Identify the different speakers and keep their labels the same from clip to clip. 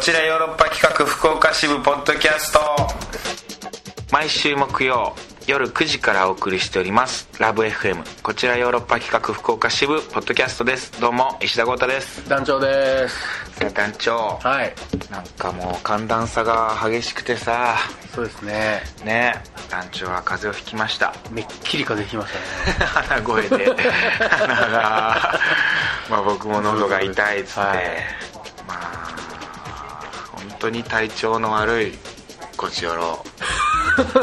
Speaker 1: ちらヨーロッパ企画福岡支部ポッドキャスト毎週木曜夜9時からお送りしておりますラブ f m こちらヨーロッパ企画福岡支部ポッドキャストですどうも石田豪太です
Speaker 2: 団長です
Speaker 1: 団長
Speaker 2: はい
Speaker 1: なんかもう寒暖差が激しくてさ
Speaker 2: そうですね
Speaker 1: ね団長は風邪をひきました
Speaker 2: めっきり風邪ひきましたね
Speaker 1: 鼻声で 鼻がまあ僕も喉が痛いっつって、
Speaker 2: はい
Speaker 1: まあ本当に体調の悪いこちよろ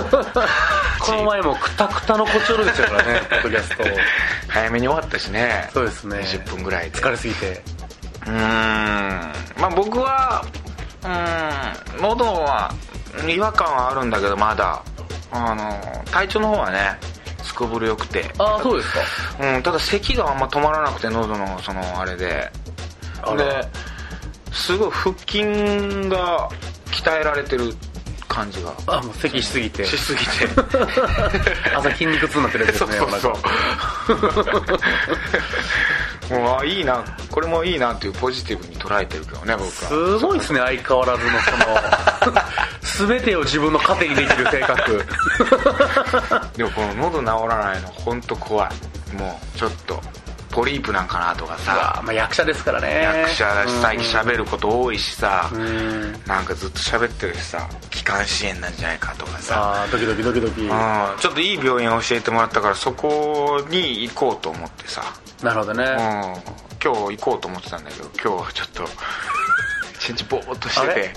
Speaker 2: この前もクタクタのこちょろでしたからね ポッドキャスト
Speaker 1: 早めに終わったしね
Speaker 2: そうですね
Speaker 1: 20分ぐらいで
Speaker 2: 疲れすぎて
Speaker 1: うーんまあ僕はうーん喉は違和感はあるんだけどまだあの体調の方はねすこぶるよくて
Speaker 2: ああそうですか
Speaker 1: うん、ただ咳があんま止まらなくて喉のそのあれで
Speaker 2: あら
Speaker 1: ですごい腹筋が鍛えられてる感じが
Speaker 2: あもう咳しすぎて
Speaker 1: しすぎて
Speaker 2: 朝筋肉痛になってるやつです
Speaker 1: そうそう
Speaker 2: ね
Speaker 1: そう
Speaker 2: お
Speaker 1: もうあいいなこれもいいなっていうポジティブに捉えてるけどね僕
Speaker 2: 腹
Speaker 1: は
Speaker 2: すごいですね相変わらずのその全てを自分の糧にできる性 格
Speaker 1: でもこの喉治らないの本当怖いもうちょっとポリープなんかなとかさ
Speaker 2: まあ役者ですからね
Speaker 1: 役者だし最近
Speaker 2: 者
Speaker 1: 喋ること多いしさ
Speaker 2: うん
Speaker 1: なんかずっと喋ってるしさ気管支炎なんじゃないかとかさ
Speaker 2: ああドキドキドキドキな
Speaker 1: うんちょっといい病院を教えてもらったからそこに行こうと思ってさ、
Speaker 2: るほど
Speaker 1: うん、
Speaker 2: ね
Speaker 1: 今日行こうと思ってたんだけど今日はちょっと 一日ぼーっとし
Speaker 2: あ
Speaker 1: て
Speaker 2: れ
Speaker 1: て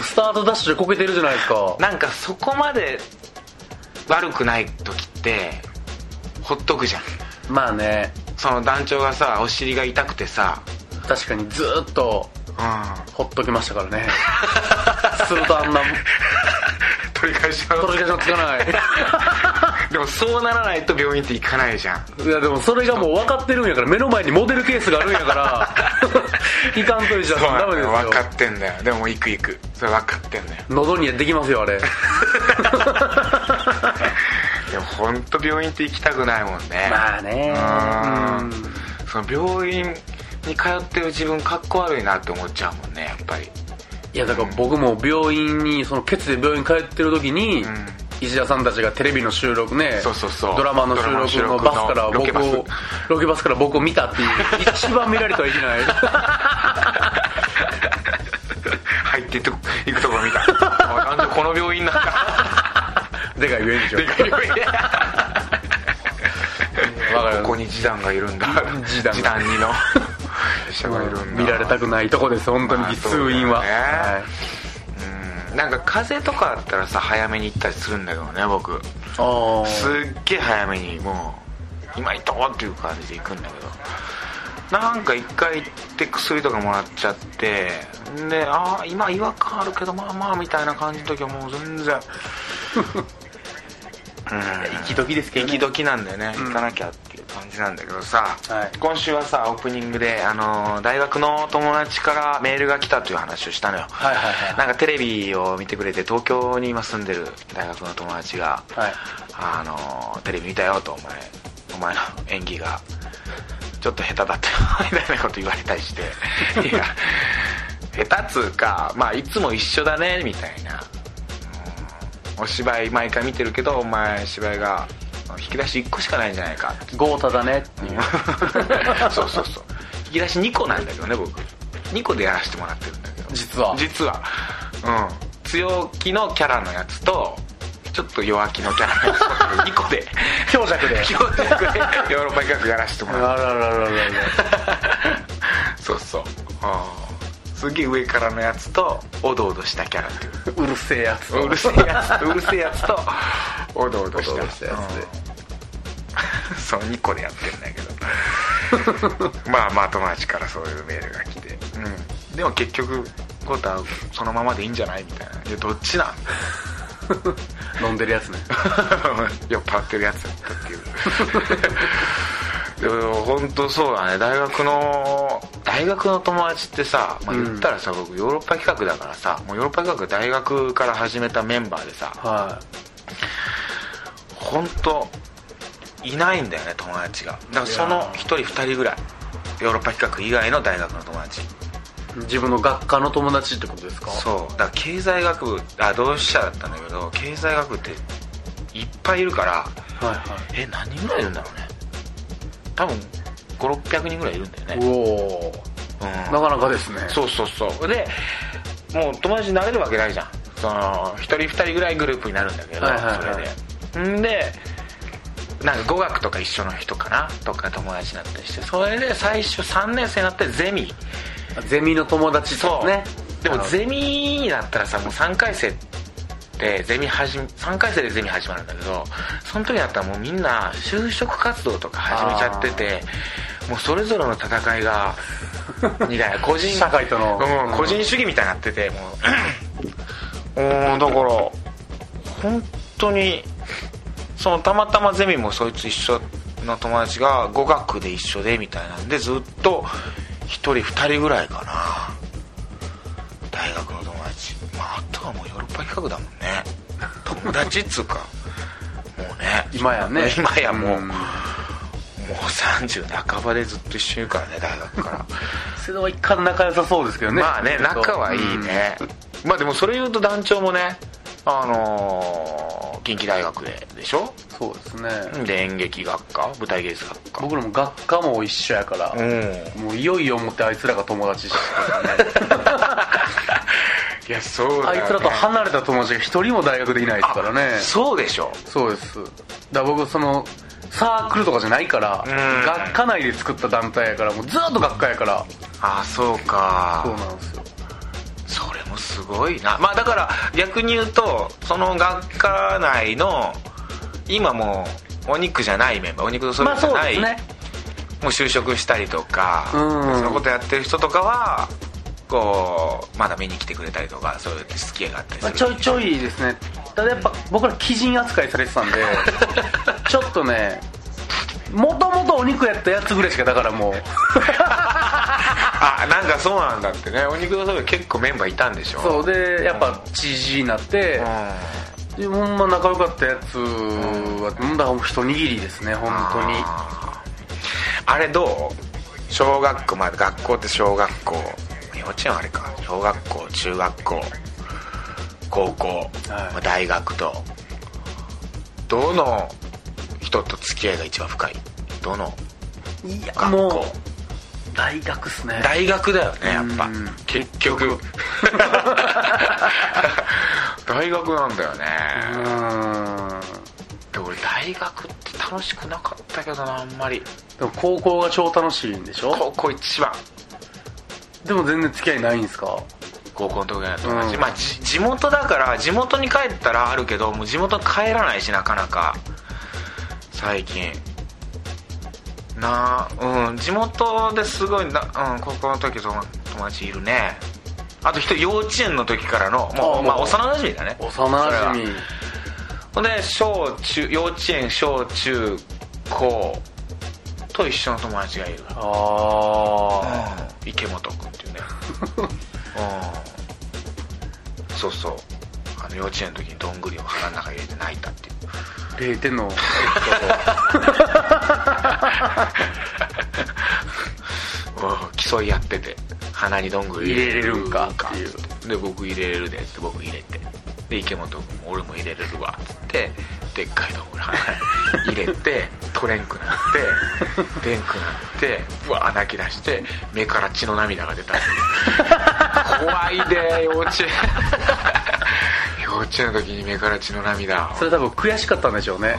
Speaker 2: スタートダッシュでこけてるじゃないですか
Speaker 1: なんかそこまで悪くない時ってほっとくじゃん
Speaker 2: まあね
Speaker 1: その団長がさお尻が痛くてさ
Speaker 2: 確かにずーっと
Speaker 1: うん
Speaker 2: ほっときましたか らねするとあんな
Speaker 1: 取り返しは
Speaker 2: 取り返しのつ かな
Speaker 1: でもそうならないと病院って行かないじゃん
Speaker 2: いいやでもそれがもう分かってるんやから目の前にモデルケースがあるんやから いかんといじゃ
Speaker 1: そうな
Speaker 2: ダ
Speaker 1: の
Speaker 2: メです
Speaker 1: よ分か
Speaker 2: よ
Speaker 1: ってんだよでももう行く行くそれ分かってんだよ
Speaker 2: 喉にはできますよ あれ
Speaker 1: でも本当病院って行きたくないもんね
Speaker 2: まあね
Speaker 1: うんその病院に通ってる自分かっこ悪いなって思っちゃうもんねやっぱ り
Speaker 2: いやだから僕も病院にそのケツで病院通ってる時に、
Speaker 1: ん
Speaker 2: 石田さんたちがテレビの収録ね
Speaker 1: そうそうそう
Speaker 2: ドラマの収
Speaker 1: ドラマの収
Speaker 2: 録
Speaker 1: 録
Speaker 2: の
Speaker 1: の
Speaker 2: バスから僕を
Speaker 1: ロケバス
Speaker 2: ロケバスから僕を見たっていう一番見られてはいけない
Speaker 1: 入っていと行くとこ見たあなんでこの病院なんだ
Speaker 2: でかい病院でし ょ
Speaker 1: でかい病院で
Speaker 2: わか
Speaker 1: こ
Speaker 2: る
Speaker 1: こに示談がいるんだ
Speaker 2: 示談が
Speaker 1: に の医者がいるんだ
Speaker 2: 見られたくないとこです本当に
Speaker 1: まあ
Speaker 2: 実通院は、
Speaker 1: そうだよねうんなんか風邪とかあったらさ早めに行ったりするんだけどね僕
Speaker 2: はい、ああ
Speaker 1: すっげえ早めにもう今行っとこうっていう感じで行くんだけどなんか一回行って薬とかもらっちゃってでああ今違和感あるけどまあまあみたいな感じの時はもう全然うん
Speaker 2: 行き時ですけど、
Speaker 1: 行
Speaker 2: ね、
Speaker 1: き時なんだよね、
Speaker 2: うん
Speaker 1: 行かなきゃっていう感じなんだけどさ、
Speaker 2: はい
Speaker 1: 今週はさオープニングで、あのー大学の友達からメールが来たという話をしたのよ、
Speaker 2: はいはいはい
Speaker 1: なんかテレビを見てくれて東京に今住んでる大学の友達が
Speaker 2: はい
Speaker 1: あのテレビ見たよとお前お前の演技がちょっと下手だったよ みたいなこと言われたりしていや下手っつうかまあいつも一緒だねみたいな、うんお芝居毎回見てるけどお前芝居が引き出し1個しかないんじゃないかって
Speaker 2: 豪太だねっていう、
Speaker 1: いうそうそうそう引き出し2個なんだけどね僕2個でやらせてもらってるんだけど
Speaker 2: 実は
Speaker 1: 実はうん強気のキャラのやつとちょっと弱気のキャラのやつ2 個で
Speaker 2: 強弱で
Speaker 1: 強弱でヨーロッパ企画やらせても
Speaker 2: あ
Speaker 1: ら
Speaker 2: ら
Speaker 1: う
Speaker 2: ららららら
Speaker 1: そうそううんすげえ上からのやつとおどおどしたキャラっ ていう
Speaker 2: うるせえやつ
Speaker 1: うるせえやつとうるせえやつとおどおどした
Speaker 2: おどおどしたやつで
Speaker 1: うんその2個でやってんだけど まあまあ友達からそういうメールが来て、うん、でも結局ゴータそのままでいいんじゃないみたいないやどっちなん
Speaker 2: 飲んでるやつね
Speaker 1: 酔っ払ってるやつだったっていう でも本当そうだね大学の大学の友達ってさ、まあ、
Speaker 2: うん
Speaker 1: 言ったらさ、僕ヨーロッパ企画だからさもうヨーロッパ企画大学から始めたメンバーでさ、
Speaker 2: は
Speaker 1: 本当いないんだよね友達がだからその1人2人ぐらいヨーロッパ企画以外の大学の友達
Speaker 2: い自分の学科の友達ってことですか
Speaker 1: そうだから経済学部あ同志社だったんだけど経済学部っていっぱいいるから
Speaker 2: はいは
Speaker 1: え何人ぐらいいるんだろうね多分5600人ぐらいいるんだよ
Speaker 2: い
Speaker 1: ね、
Speaker 2: おお
Speaker 1: うん、
Speaker 2: なかなかですね
Speaker 1: そうそうそうでもう友達になれるわけないじゃんその1人2人ぐらいグループになるんだけど、
Speaker 2: はいはいはい
Speaker 1: それでんでなんか語学とか一緒の人かなとか友達になったりしてそれで最初3年生になってゼミ
Speaker 2: ゼミの友達ってことね
Speaker 1: で
Speaker 2: な
Speaker 1: も
Speaker 2: るほど
Speaker 1: ゼミになったらさもう3回生ってゼミ始め3回生でゼミ始まるんだけどその時になったらもうみんな就職活動とか始めちゃっててもうそれぞれの戦いがみ たいな個人
Speaker 2: 社会との
Speaker 1: うん
Speaker 2: うん
Speaker 1: 個人主義みたいになっててもううんだから本当にそのたまたまゼミもそいつ一緒の友達が語学で一緒でみたいなんでずっと1人2人ぐらいかな大学の友達まああとはもうヨーロッパ企画だもんね友達っつうかもうね
Speaker 2: 今やね
Speaker 1: 今やもう、
Speaker 2: ん
Speaker 1: もう30半ばでずっと一緒いるからね大学から
Speaker 2: 瀬戸は一貫仲良さそうですけどね
Speaker 1: まあね仲はいいね、まあでもそれ言うと団長もねあのー近畿大学ででしょ
Speaker 2: うんそうですね
Speaker 1: で演劇学科舞台芸術学科
Speaker 2: 僕らも学科も一緒やから
Speaker 1: うん
Speaker 2: もういよいよ思ってあいつらが友達して
Speaker 1: いやそう
Speaker 2: あ
Speaker 1: だよ、ね、
Speaker 2: いつらと離れた友達が一人も大学でいないですからね
Speaker 1: あそうでしょ
Speaker 2: そうですだから僕そのサークルとかじゃないから
Speaker 1: ん
Speaker 2: 学科内で作った団体やからもうずっと学科やから
Speaker 1: あそう
Speaker 2: そう
Speaker 1: か
Speaker 2: なんですよ
Speaker 1: それもすごいなまあだから逆に言うとその学科内の今もうお肉じゃないメンバーお肉とそ
Speaker 2: ま
Speaker 1: れ
Speaker 2: あ
Speaker 1: じゃ
Speaker 2: そう
Speaker 1: な
Speaker 2: で
Speaker 1: い、
Speaker 2: すね
Speaker 1: もう就職したりとか、
Speaker 2: うん
Speaker 1: そのことやってる人とかはこうまだ見に来てくれたりとかそういう付き合いがあったりす
Speaker 2: まあ
Speaker 1: る、
Speaker 2: ちょいちょいですねただやっぱ僕ら鬼人扱いされて たんでちょっとねもともとお肉やったやつぐらいしかだからもう
Speaker 1: あなんかそうなんだってねお肉のそば結構メンバーいたんでしょ
Speaker 2: そうでやっぱ GG になって
Speaker 1: うん、
Speaker 2: でほんま仲良かったやつはなんだほんま一握りですね本当に
Speaker 1: あれどう小学校まで学校って小学校幼稚園はあれか小学校中学校高校、
Speaker 2: はい
Speaker 1: まあ大学とどの人と付き合いが一番深いどの
Speaker 2: いや
Speaker 1: 学校
Speaker 2: もう大学っすね
Speaker 1: 大学だよねやっぱ
Speaker 2: うん
Speaker 1: 結 局大学なんだよね
Speaker 2: うーん
Speaker 1: で俺大学って楽しくなかったけどなあんまり
Speaker 2: でも高校が超楽しいんでしょ
Speaker 1: 高校一番
Speaker 2: でも全然付き合いないんですか
Speaker 1: 高校の時の友達、
Speaker 2: うん
Speaker 1: まあじ地元だから地元に帰ったらあるけどもう地元に帰らないしなかなか最近なあうん地元ですごいな、うん、高校の時と友達いるねあと一人幼稚園の時からのも
Speaker 2: あ
Speaker 1: うまあ
Speaker 2: もう
Speaker 1: 幼馴染だね
Speaker 2: 幼馴
Speaker 1: それ
Speaker 2: 染
Speaker 1: はほんで小中幼稚園小中高と一緒の友達がいる
Speaker 2: あ
Speaker 1: 池本君 っていうねうんそうそうあの幼稚園の時にどんぐりを腹の中に入れて泣いたっていう
Speaker 2: あ0点の
Speaker 1: うん競い合ってて鼻にどんぐり
Speaker 2: 入れれるんかっていう
Speaker 1: で僕入れれるでって僕入れてで池本君も俺も入れれるわっつってでっかいどんぐらい入れて 取れんくなってでんくなってうわー泣き出して目から血の涙が出た怖いで幼稚 園幼稚園の時に目から血の涙
Speaker 2: それ多分悔しかったんでしょうね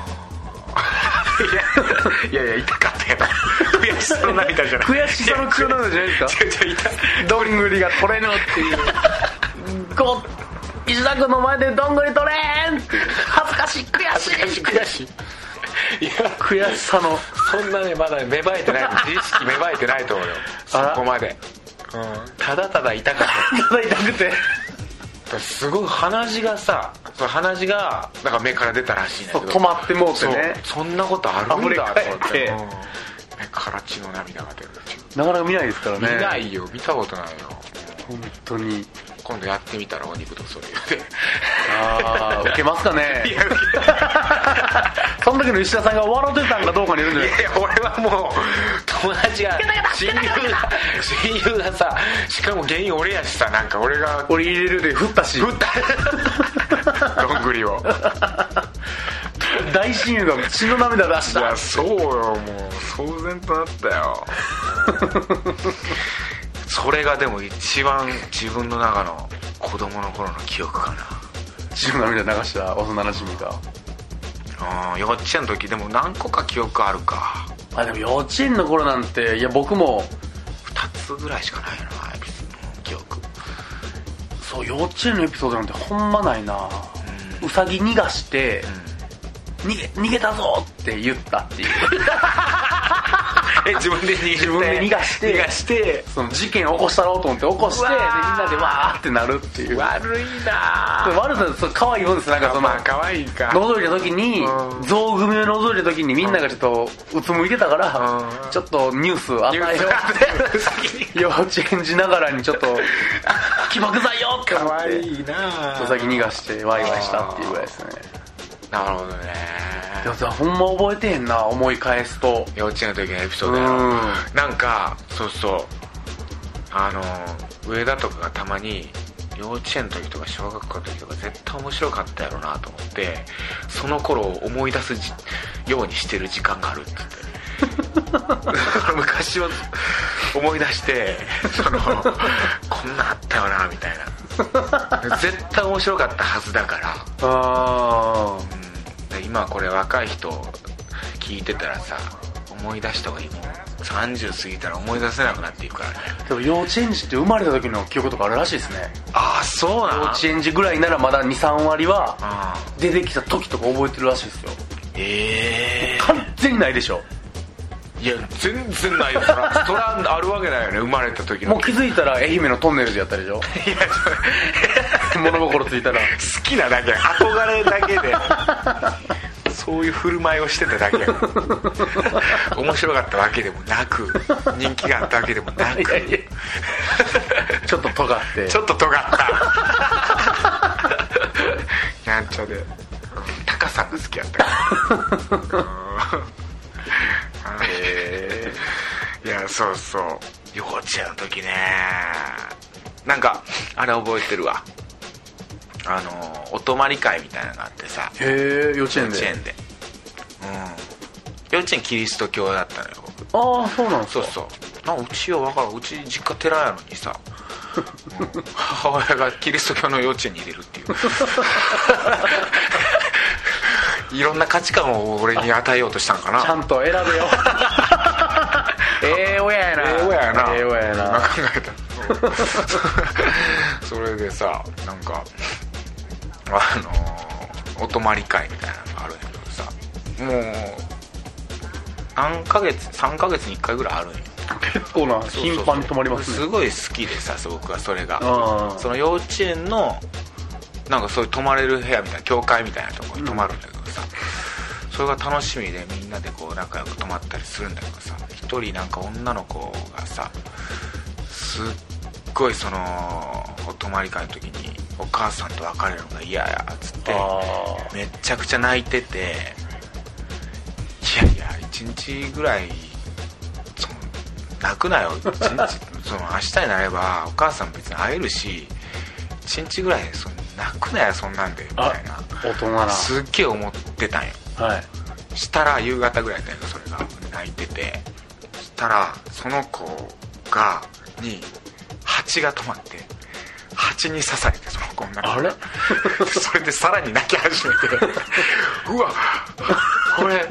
Speaker 1: いやいや痛かった けど悔しさの涙じゃない
Speaker 2: 悔しさの悔なのじゃないですか
Speaker 1: 違う違う痛い
Speaker 2: どんぐりが取れぬっていうこう石田君の前でどんぐり取れんっていう恥ずかしい悔しい
Speaker 1: 悔しい悔しいいや
Speaker 2: 悔しさの
Speaker 1: そんなねまだ芽生えてない自意識芽生えてないと思うよそ
Speaker 2: あら
Speaker 1: こまで、ただただ痛かった
Speaker 2: 叩いたくて
Speaker 1: だからすごい鼻血がさその鼻血がなんか目から出たらしいんだけど
Speaker 2: 止まってもうてね
Speaker 1: そうそんなことあるんだと思
Speaker 2: あふれ
Speaker 1: っ、
Speaker 2: 返ってて
Speaker 1: うん目から血の涙が出るっていう
Speaker 2: なかなか見ないですからね
Speaker 1: 見ないよ見たことないよ
Speaker 2: 本当に
Speaker 1: 今度やってみたらお肉とそれ言う て
Speaker 2: ああ受けますかね
Speaker 1: いやウ
Speaker 2: その時の石田さんが笑ってたんかどうかによるんじゃない
Speaker 1: いや俺はもう友達が親友が親友がさしかも原因俺やしさなんか俺が
Speaker 2: 俺入れるで振ったし
Speaker 1: ぶったどんぐりを
Speaker 2: 大親友が血の涙出し
Speaker 1: い
Speaker 2: た
Speaker 1: やそうよもう騒然となったよ それがでも一番自分の中の子供の頃の記憶か
Speaker 2: 血の涙流した幼なじみが
Speaker 1: なうん幼稚園の時でも何個か記憶あるか
Speaker 2: あでも幼稚園の頃なんていや僕も
Speaker 1: 2つぐらいしかないなエピソードの記憶
Speaker 2: そう幼稚園のエピソードなんてほんまないな
Speaker 1: う
Speaker 2: うさぎ逃がして
Speaker 1: ん
Speaker 2: 逃げ逃げたぞって言った っていう
Speaker 1: え 自分で逃げて
Speaker 2: 自分で逃がして
Speaker 1: 逃がして
Speaker 2: その事件起こしたろうと思って起こして
Speaker 1: うわ
Speaker 2: でみん
Speaker 1: ー
Speaker 2: なでわーってなるっていう
Speaker 1: 悪いな
Speaker 2: 悪さそう可愛いもんですなんかその
Speaker 1: まあ可愛いか
Speaker 2: 覗いた時に
Speaker 1: うん
Speaker 2: 象組を覗いた時にみんながちょっとうつむいてたから
Speaker 1: うん
Speaker 2: ちょっとニュース与
Speaker 1: 言う
Speaker 2: えよ
Speaker 1: て先に
Speaker 2: う幼稚園児ながらにちょっ と起爆剤よって 思
Speaker 1: 可
Speaker 2: って
Speaker 1: 愛いな
Speaker 2: うさぎ逃がしてワイワイしたっていうぐらいですね
Speaker 1: なるほどね
Speaker 2: でもさほんま覚えてへんな思い返すと
Speaker 1: 幼稚園の時のエピソー
Speaker 2: う
Speaker 1: ドやろ
Speaker 2: ん
Speaker 1: なんかそうそうあの上田とかがたまに幼稚園の時とか小学校の時とか絶対面白かったやろなと思ってその頃を思い出すじようにしてる時間があるって言って昔を思い出してそのこんなんあったよなみたいな絶対面白かったはずだから
Speaker 2: あー
Speaker 1: うん、今これ若い人聞いてたらさ思い出した方がいいもん30過ぎたら思い出せなくなっていくからね
Speaker 2: でも幼稚園児って生まれた時の記憶とかあるらしいですね
Speaker 1: ああそう
Speaker 2: 幼
Speaker 1: 幼
Speaker 2: 稚
Speaker 1: 稚園
Speaker 2: 園児ぐらいならまだ23割は
Speaker 1: あ
Speaker 2: 出てきた時とか覚えてるらしいですよ
Speaker 1: ええ
Speaker 2: 完全にないでしょ
Speaker 1: いや全然ないよそらそらあるわけないよね生まれた時の
Speaker 2: もう気づいたら愛媛のトンネルズやったでし ょ
Speaker 1: いやそれ
Speaker 2: 物心ついたら
Speaker 1: 好きなだけ憧れだけでそういう振る舞いをしてた だけやから面白かったわけでもなく人気があったわけでもなく
Speaker 2: いやいやちょっと尖って
Speaker 1: ちょっと尖 った。やんちゃで。うん高さんが好きやったから。ええ。いや、そうそう。幼稚園の時ね。なんか、あれ覚えてるわ。あの、お泊まり会みたいなのがあってさ、
Speaker 2: へえ幼稚園
Speaker 1: 幼
Speaker 2: で
Speaker 1: 稚園で。うん。幼稚園キリスト教だったのよ、僕。
Speaker 2: ああそうなんです
Speaker 1: そう
Speaker 2: か
Speaker 1: そうなんかうちは分からんうち実家寺やのにさ、うん母親がキリスト教の幼稚園に入れるっていういろんな価値観を俺に与えようとしたんかな
Speaker 2: ちゃんと 選べよええ親やな
Speaker 1: ええ親やな
Speaker 2: ええ親や
Speaker 1: 今考
Speaker 2: な
Speaker 1: えたらそうそれでさなんかあのーお泊まり会みたいなのがあるんやけどさもう何ヶ月3ヶ月に1回ぐらいあるんよ
Speaker 2: 結構な頻繁に泊まります
Speaker 1: す
Speaker 2: ね
Speaker 1: ごい好きでさすごくはそれが
Speaker 2: ああ
Speaker 1: その幼稚園のなんかそういう泊まれる部屋みたいな教会みたいなところに泊まるんだけどさ、それが楽しみでみんなでこう仲良く泊まったりするんだけどさ一人なんか女の子がさすっごいそのお泊まり会の時にお母さんと別れるのが嫌やっつって
Speaker 2: あ
Speaker 1: めっちゃくちゃ泣いてていやいや1日ぐらいその泣くなよ1日 その明日になればお母さん別に会えるし1日ぐらいその泣くなよそんなんでみ
Speaker 2: あ
Speaker 1: たい
Speaker 2: 大人な
Speaker 1: なすっげえ思ってたんよ
Speaker 2: はい
Speaker 1: したら夕方ぐらいだよそれが泣いててしたらその子がに蜂が止まって蜂に刺されてその子の中
Speaker 2: あれ
Speaker 1: それでさらに泣き始めて うわこれ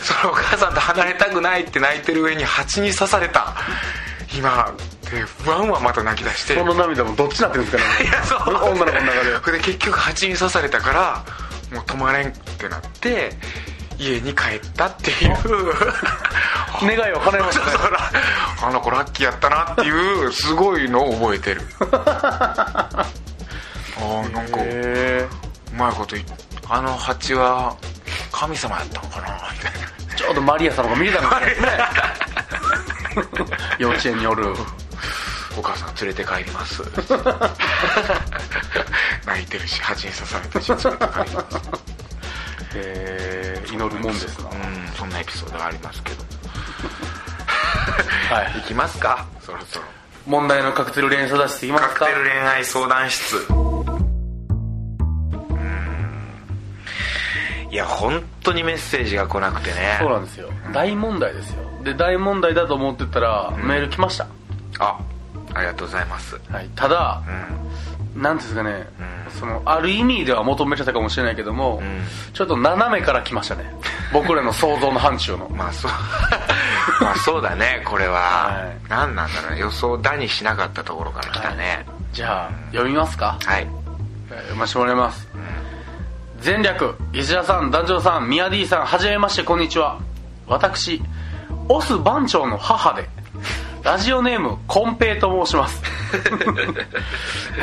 Speaker 1: そのお母さんと離れたくないって泣いてる上に蜂に刺された今で不安はまた泣き出して
Speaker 2: その涙もどっちになってるんですかね
Speaker 1: いやそう
Speaker 2: 女の子の中で
Speaker 1: それ で結局蜂に刺されたからもう止まれんってなって家に帰ったっていう
Speaker 2: 願いを叶えまし
Speaker 1: そう
Speaker 2: たね
Speaker 1: そうあの子ラッキーやったなっていうすごいのを覚え てるああなんかう
Speaker 2: へ
Speaker 1: まいこと言っあの蜂は神様やったのかなみたいな
Speaker 2: えちょうどマリアさんの方見れたのかね 幼稚園におる
Speaker 1: お母さん連れて帰ります 泣いてるし恥に刺されたし連れて帰ります
Speaker 2: えー、祈るもんです
Speaker 1: う
Speaker 2: な、
Speaker 1: んそんなエピソードがありますけど
Speaker 2: はい
Speaker 1: 行きますかそろそろ
Speaker 2: 問題のカクテル連想出していきま
Speaker 1: カ
Speaker 2: す
Speaker 1: ク
Speaker 2: か
Speaker 1: テル恋愛相談室うーんいや本当にメッセージが来なくてね
Speaker 2: そうなんですよ大問題ですよで大問題だと思ってたら、メール来ました、
Speaker 1: あありがとうございます
Speaker 2: はい、ただ、
Speaker 1: うん
Speaker 2: なんていうんですかね、そのある意味では求めてたかもしれないけども、
Speaker 1: ん
Speaker 2: ちょっと斜めから来ました ね僕らの想像の範疇の
Speaker 1: まあ そうまあそうだねこれは、
Speaker 2: はい
Speaker 1: 何なんだろうね予想だにしなかったところから来たね
Speaker 2: じゃあ読みますか、
Speaker 1: はい、
Speaker 2: えー読ませてもらいます、前略石田さん団長さん宮 D さんはじめましてこんにちは私オス番長の母でラジオネームコンペイと申します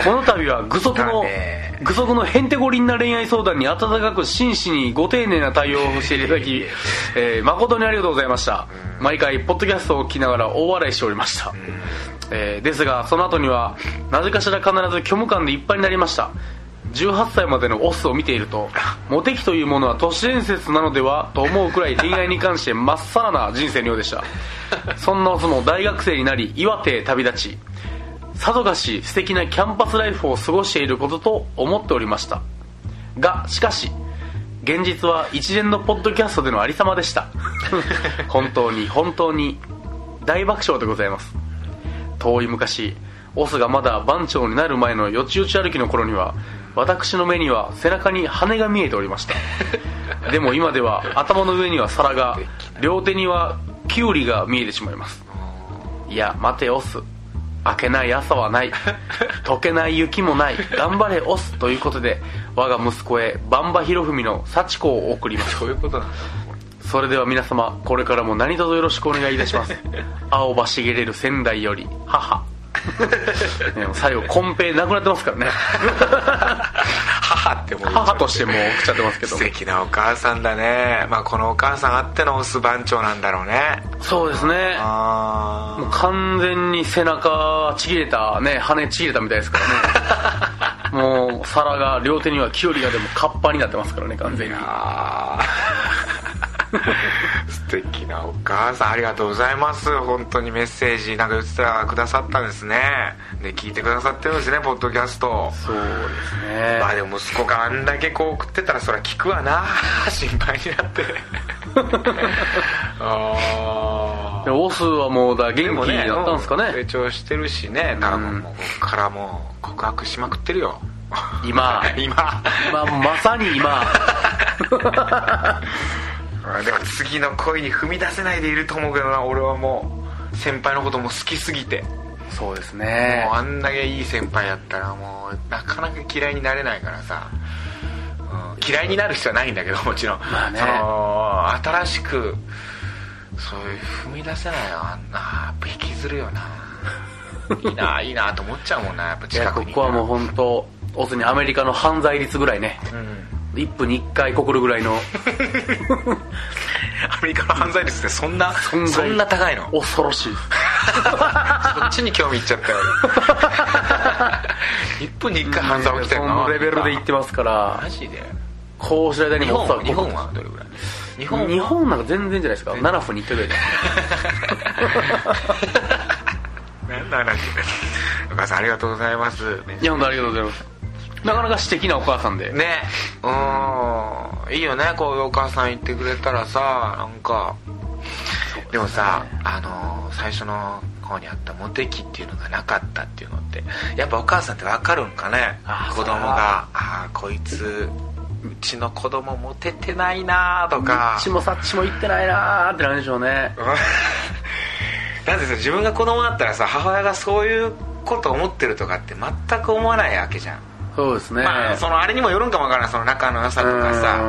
Speaker 2: この度は具足の
Speaker 1: だね
Speaker 2: 具足のヘンテコリンな恋愛相談に温かく真摯にご丁寧な対応をしていただき、えー誠にありがとうございました毎回ポッドキャストを聞きながら大笑いしておりました、えーですがその後にはなぜかしら必ず虚無感でいっぱいになりました18歳までのオスを見ているとモテ期というものは都市伝説なのではと思うくらい恋愛に関してまっさらな人生のようでしたそんなオスも大学生になり岩手へ旅立ちさぞかし素敵なキャンパスライフを過ごしていることと思っておりましたがしかし現実は一連のポッドキャストでのありさまでした本当に本当に大爆笑でございます遠い昔オスがまだ番長になる前のよちよち歩きの頃には私の目には背中に羽が見えておりましたでも今では頭の上には皿が両手にはキュウリが見えてしまいますいや待てオス明けない朝は ない溶けない雪もない頑張れオスということで我が息子へバンバ博文の幸子を送ります
Speaker 1: そういうことなんだ
Speaker 2: それでは皆様これからも何卒よろしくお願いいたし ます青葉茂れる仙台より母ねもう最後コンペなくなってますからね
Speaker 1: 母ってもう
Speaker 2: 母としてもう送っちゃってますけど
Speaker 1: 素敵なお母さんだねまあこのお母さんあってのオス番長なんだろうね
Speaker 2: そうですね
Speaker 1: あ
Speaker 2: もう完全に背中ちぎれたね羽ちぎれたみたいで すからねもう皿が両手にはキュウリがでもカッパになってますからね完全に
Speaker 1: あー素敵なお母さんありがとうございます本当にメッセージなんか言ってたらくださったんですねで聞いてくださってるんですねポッドキャスト
Speaker 2: そうですね
Speaker 1: まあでも息子があんだけこう送ってたらそりゃ聞くわな 心配になって あ
Speaker 2: でオスはもうだ元気
Speaker 1: ー
Speaker 2: になったんですかね
Speaker 1: 成長してるしね多分もうここからもう告白しまくってるよ
Speaker 2: 今
Speaker 1: 今
Speaker 2: まあまさに 今
Speaker 1: うんでも次の恋に踏み出せないでいると思うけどな俺はもう先輩のことも好きすぎて、
Speaker 2: そうです
Speaker 1: も
Speaker 2: ね
Speaker 1: うあんだけいい先輩やったらもうなかなか嫌いになれないからさ、うん嫌いになる必要はないんだけど もちろん、
Speaker 2: まあね
Speaker 1: その新しくそういう踏み出せないよあんなやっぱ引きずるよないいないいなと思っちゃうもんなやっぱ
Speaker 2: いや
Speaker 1: 近く
Speaker 2: こ
Speaker 1: に
Speaker 2: こはもう本当オスにアメリカの犯罪率ぐらいね
Speaker 1: うん
Speaker 2: 1分に1回告るぐらい の
Speaker 1: アメリカの犯罪率ってそんなそ
Speaker 2: んなん
Speaker 1: な高いの
Speaker 2: 恐ろしい
Speaker 1: そっちに興味いっ ちゃったよ俺1分に1回犯罪起きてる
Speaker 2: そ
Speaker 1: の
Speaker 2: のレベルでい
Speaker 1: い
Speaker 2: ってますから
Speaker 1: マジで
Speaker 2: こうしら間
Speaker 1: 日
Speaker 2: に
Speaker 1: 本
Speaker 2: オスは
Speaker 1: は日本はどれぐらい日本
Speaker 2: 日本なんか全然じゃないですか7分に1回ぐらいじゃない
Speaker 1: 何の話お母さんありがとうございます
Speaker 2: いや本当ありがとうございますなかなか私的なお母さんで、
Speaker 1: ねうんいいよねこういうお母さん言ってくれたらさなんかでもさあのー最初の方にあったモテ期っていうのがなかったっていうのってやっぱお母さんって分かるんかね
Speaker 2: あー
Speaker 1: 子供が「ああーこいつうちの子供モテてないな」と
Speaker 2: あ
Speaker 1: か
Speaker 2: っちもさっちも行ってないなーってなんでしょうね
Speaker 1: うんなんでさ自分が子 供だったらさ母親がそういうこと思ってるとかって全く思わないわけじゃん、
Speaker 2: そうですね、
Speaker 1: まあそのあれにもよるんかもわからないその仲の良さとかさ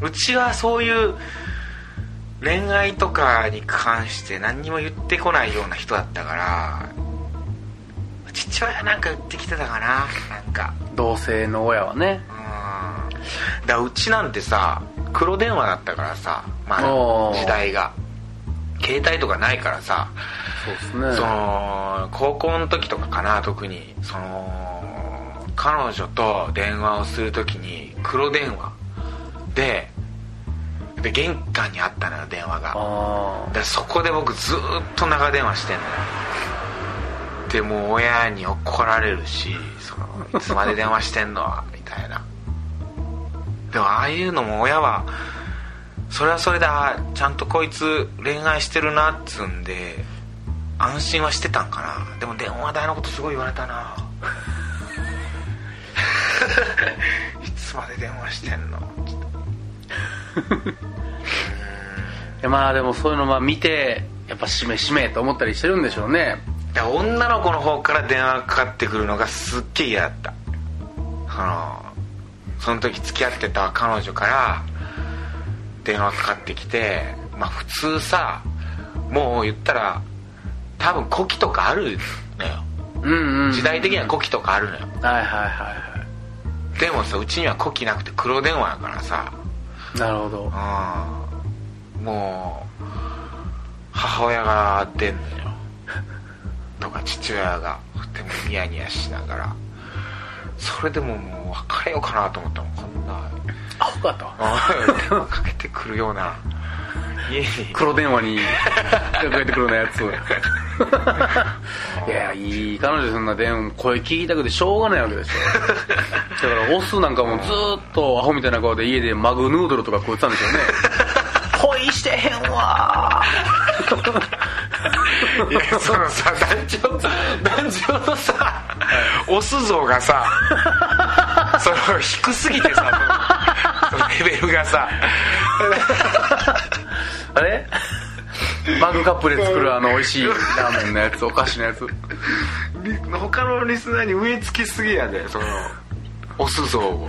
Speaker 2: う
Speaker 1: うちはそういう恋愛とかに関して何にも言ってこないような人だったから父親なんか言ってきてたかななんか
Speaker 2: ん同性の親はね
Speaker 1: うんだからうちなんてさ黒電話だったからさまあ
Speaker 2: おー
Speaker 1: 時代が携帯とかないからさ、
Speaker 2: そうですね
Speaker 1: その高校の時とかかな特にその彼女と電話をする時に黒電話でで玄関にあったのよ電話が
Speaker 2: あ
Speaker 1: でそこで僕ずーっと長電話してんのよでもう親に怒られるしそのいつまで電話してんのみたいなでもああいうのも親はそれはそれであーちゃんとこいつ恋愛してるなっつうんで安心はしてたんかなでも電話代のことすごい言われたないつまで電話してんの
Speaker 2: あまあでもそういうのまあ見てやっぱしめしめと思ったりしてるんでしょうね
Speaker 1: で女の子の方から電話がかかってくるのがすっげえ嫌だったそのその時付き合ってた彼女から電話かかってきてまあ普通さもう言ったら多分古希とかあるのよ
Speaker 2: うんうん
Speaker 1: 時代的には古希とかあるのよ
Speaker 2: はいはいはいは
Speaker 1: でもさうちには古希なくて黒電話やからさ
Speaker 2: いなるほど
Speaker 1: うんもう母親が出んのよとか父親がでもニヤニヤしながらそれでももう別れようかなと思ったもんこんな
Speaker 2: アホかと
Speaker 1: うん電話かけてくるような家に
Speaker 2: 黒電話に 抱えてくるようなやついやいい彼女そんな電話声聞きたくてしょうがないわけでしょだからオスなんかもずーっとアホみたいな顔で家でマグヌードルとか食ってたんでしょうね恋してへんわ
Speaker 1: いやそのさ団長団長のさオス像がさその低すぎてさそのレベルがさ
Speaker 2: ーあれマグカップで作るあの美味しいラーメンのやつお菓子のやつ
Speaker 1: リ他のリスナーに植え付けすぎやでそのオス像を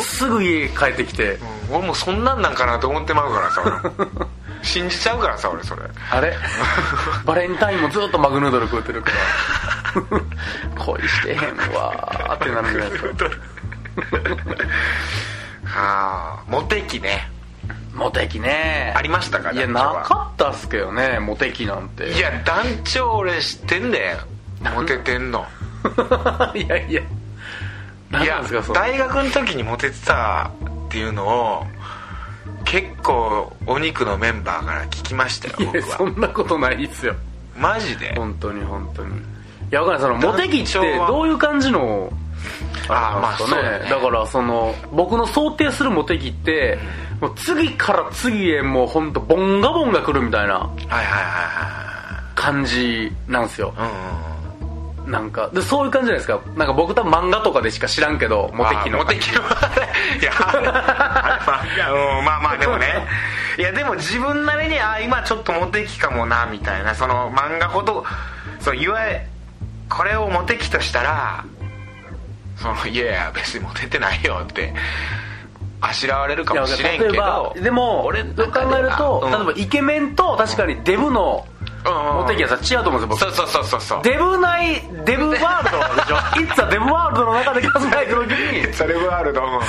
Speaker 2: すぐ家帰ってきて
Speaker 1: うん俺もうそんなんなんかなと思ってまうからさ俺 信じちゃうからさ俺それ
Speaker 2: あ れバレンタインもずっとマグヌードル食うてるから 恋してへんわーってなるんじゃないですか
Speaker 1: はあモテ期ね
Speaker 2: モテ期ね
Speaker 1: ありましたか
Speaker 2: いや
Speaker 1: 団
Speaker 2: な
Speaker 1: 長は
Speaker 2: かったっすけどねモテ期なんて
Speaker 1: いや団長俺知ってんだよモテてんの
Speaker 2: いやいや何
Speaker 1: い
Speaker 2: な
Speaker 1: や
Speaker 2: んですかその
Speaker 1: 大学の時にモテてたっていうのを結構お肉のメンバーから聞きましたよ
Speaker 2: い
Speaker 1: 僕
Speaker 2: やそ
Speaker 1: は
Speaker 2: んなことないっすよ
Speaker 1: マジで
Speaker 2: 本当に本当にいやわかんないそのモテ期っ
Speaker 1: 団
Speaker 2: て
Speaker 1: 長は
Speaker 2: どういう感じの
Speaker 1: あ
Speaker 2: れなんですか
Speaker 1: まあそうだね
Speaker 2: だからその僕の想定するモテ期ってもう次から次へもう本当ボンガボンが来るみたいな
Speaker 1: はいはいは
Speaker 2: 感じなんですよ
Speaker 1: いはいうんうんうん
Speaker 2: なんかでそういう感じじゃないですかなんか僕多分漫画とかでしか知らんけどモテ期の
Speaker 1: あーモテ期 のいやあれあれまあうんまあまあでもね いやでも自分なりにあー今ちょっとモテ期かもなみたいなその漫画ほどそういわゆるこれをモテ期としたらそのいやいや別にモテてないよってあしらわれるかもしれんけ
Speaker 2: いやわ
Speaker 1: ど
Speaker 2: かる例えばでも
Speaker 1: 俺
Speaker 2: 俺
Speaker 1: の
Speaker 2: 考
Speaker 1: 中では
Speaker 2: えると、
Speaker 1: うん
Speaker 2: 例えばイケメンと確かにデブの
Speaker 1: うんうん
Speaker 2: モテ期はさ違うと思うんです
Speaker 1: そ
Speaker 2: よ
Speaker 1: うそうそうそうそう
Speaker 2: 僕デブないデブワールドでしょ It's a デブワールドの中で考えてる時に
Speaker 1: それはあると思 う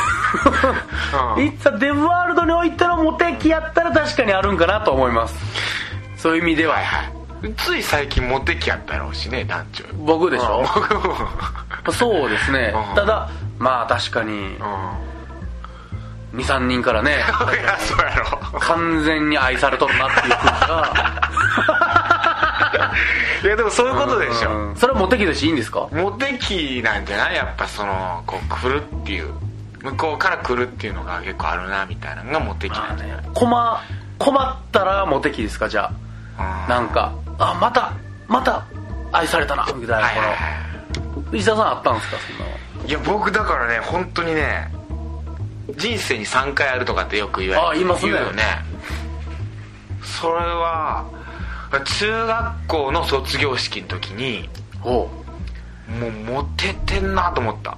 Speaker 1: うん
Speaker 2: It's a デブワールドにおいてのモテ期やったら確かにあるんかなと思いますそういう意味では、
Speaker 1: はいはいつい最近モテ期やったろうしね団長
Speaker 2: 僕でしょ、
Speaker 1: 僕も
Speaker 2: そうですね、
Speaker 1: うん
Speaker 2: ただまあ確かに
Speaker 1: う
Speaker 2: 23人か らね
Speaker 1: んいやそうやろ
Speaker 2: 完全に愛されとるなっていう空気が
Speaker 1: いやでも そういうことでしょ、
Speaker 2: うんそれはモテ期としていいんですか
Speaker 1: モテ期なんじゃないやっぱそのこう来るっていう向こうから来るっていうのが結構あるなみたいなのがモテ期なんじゃない、
Speaker 2: 困困ったらモテ期ですかじゃあ
Speaker 1: うん
Speaker 2: なんか、あ、また、また、愛されたな、みたいな、
Speaker 1: はいはいはい
Speaker 2: この、石田さんあったんですか、そんなの。
Speaker 1: いや僕だからね本当にね人生に3回あるとかってよく言われ
Speaker 2: あ言いますね
Speaker 1: 言うよねそれは中学校の卒業式の時に
Speaker 2: おう
Speaker 1: もうモテてんなと思った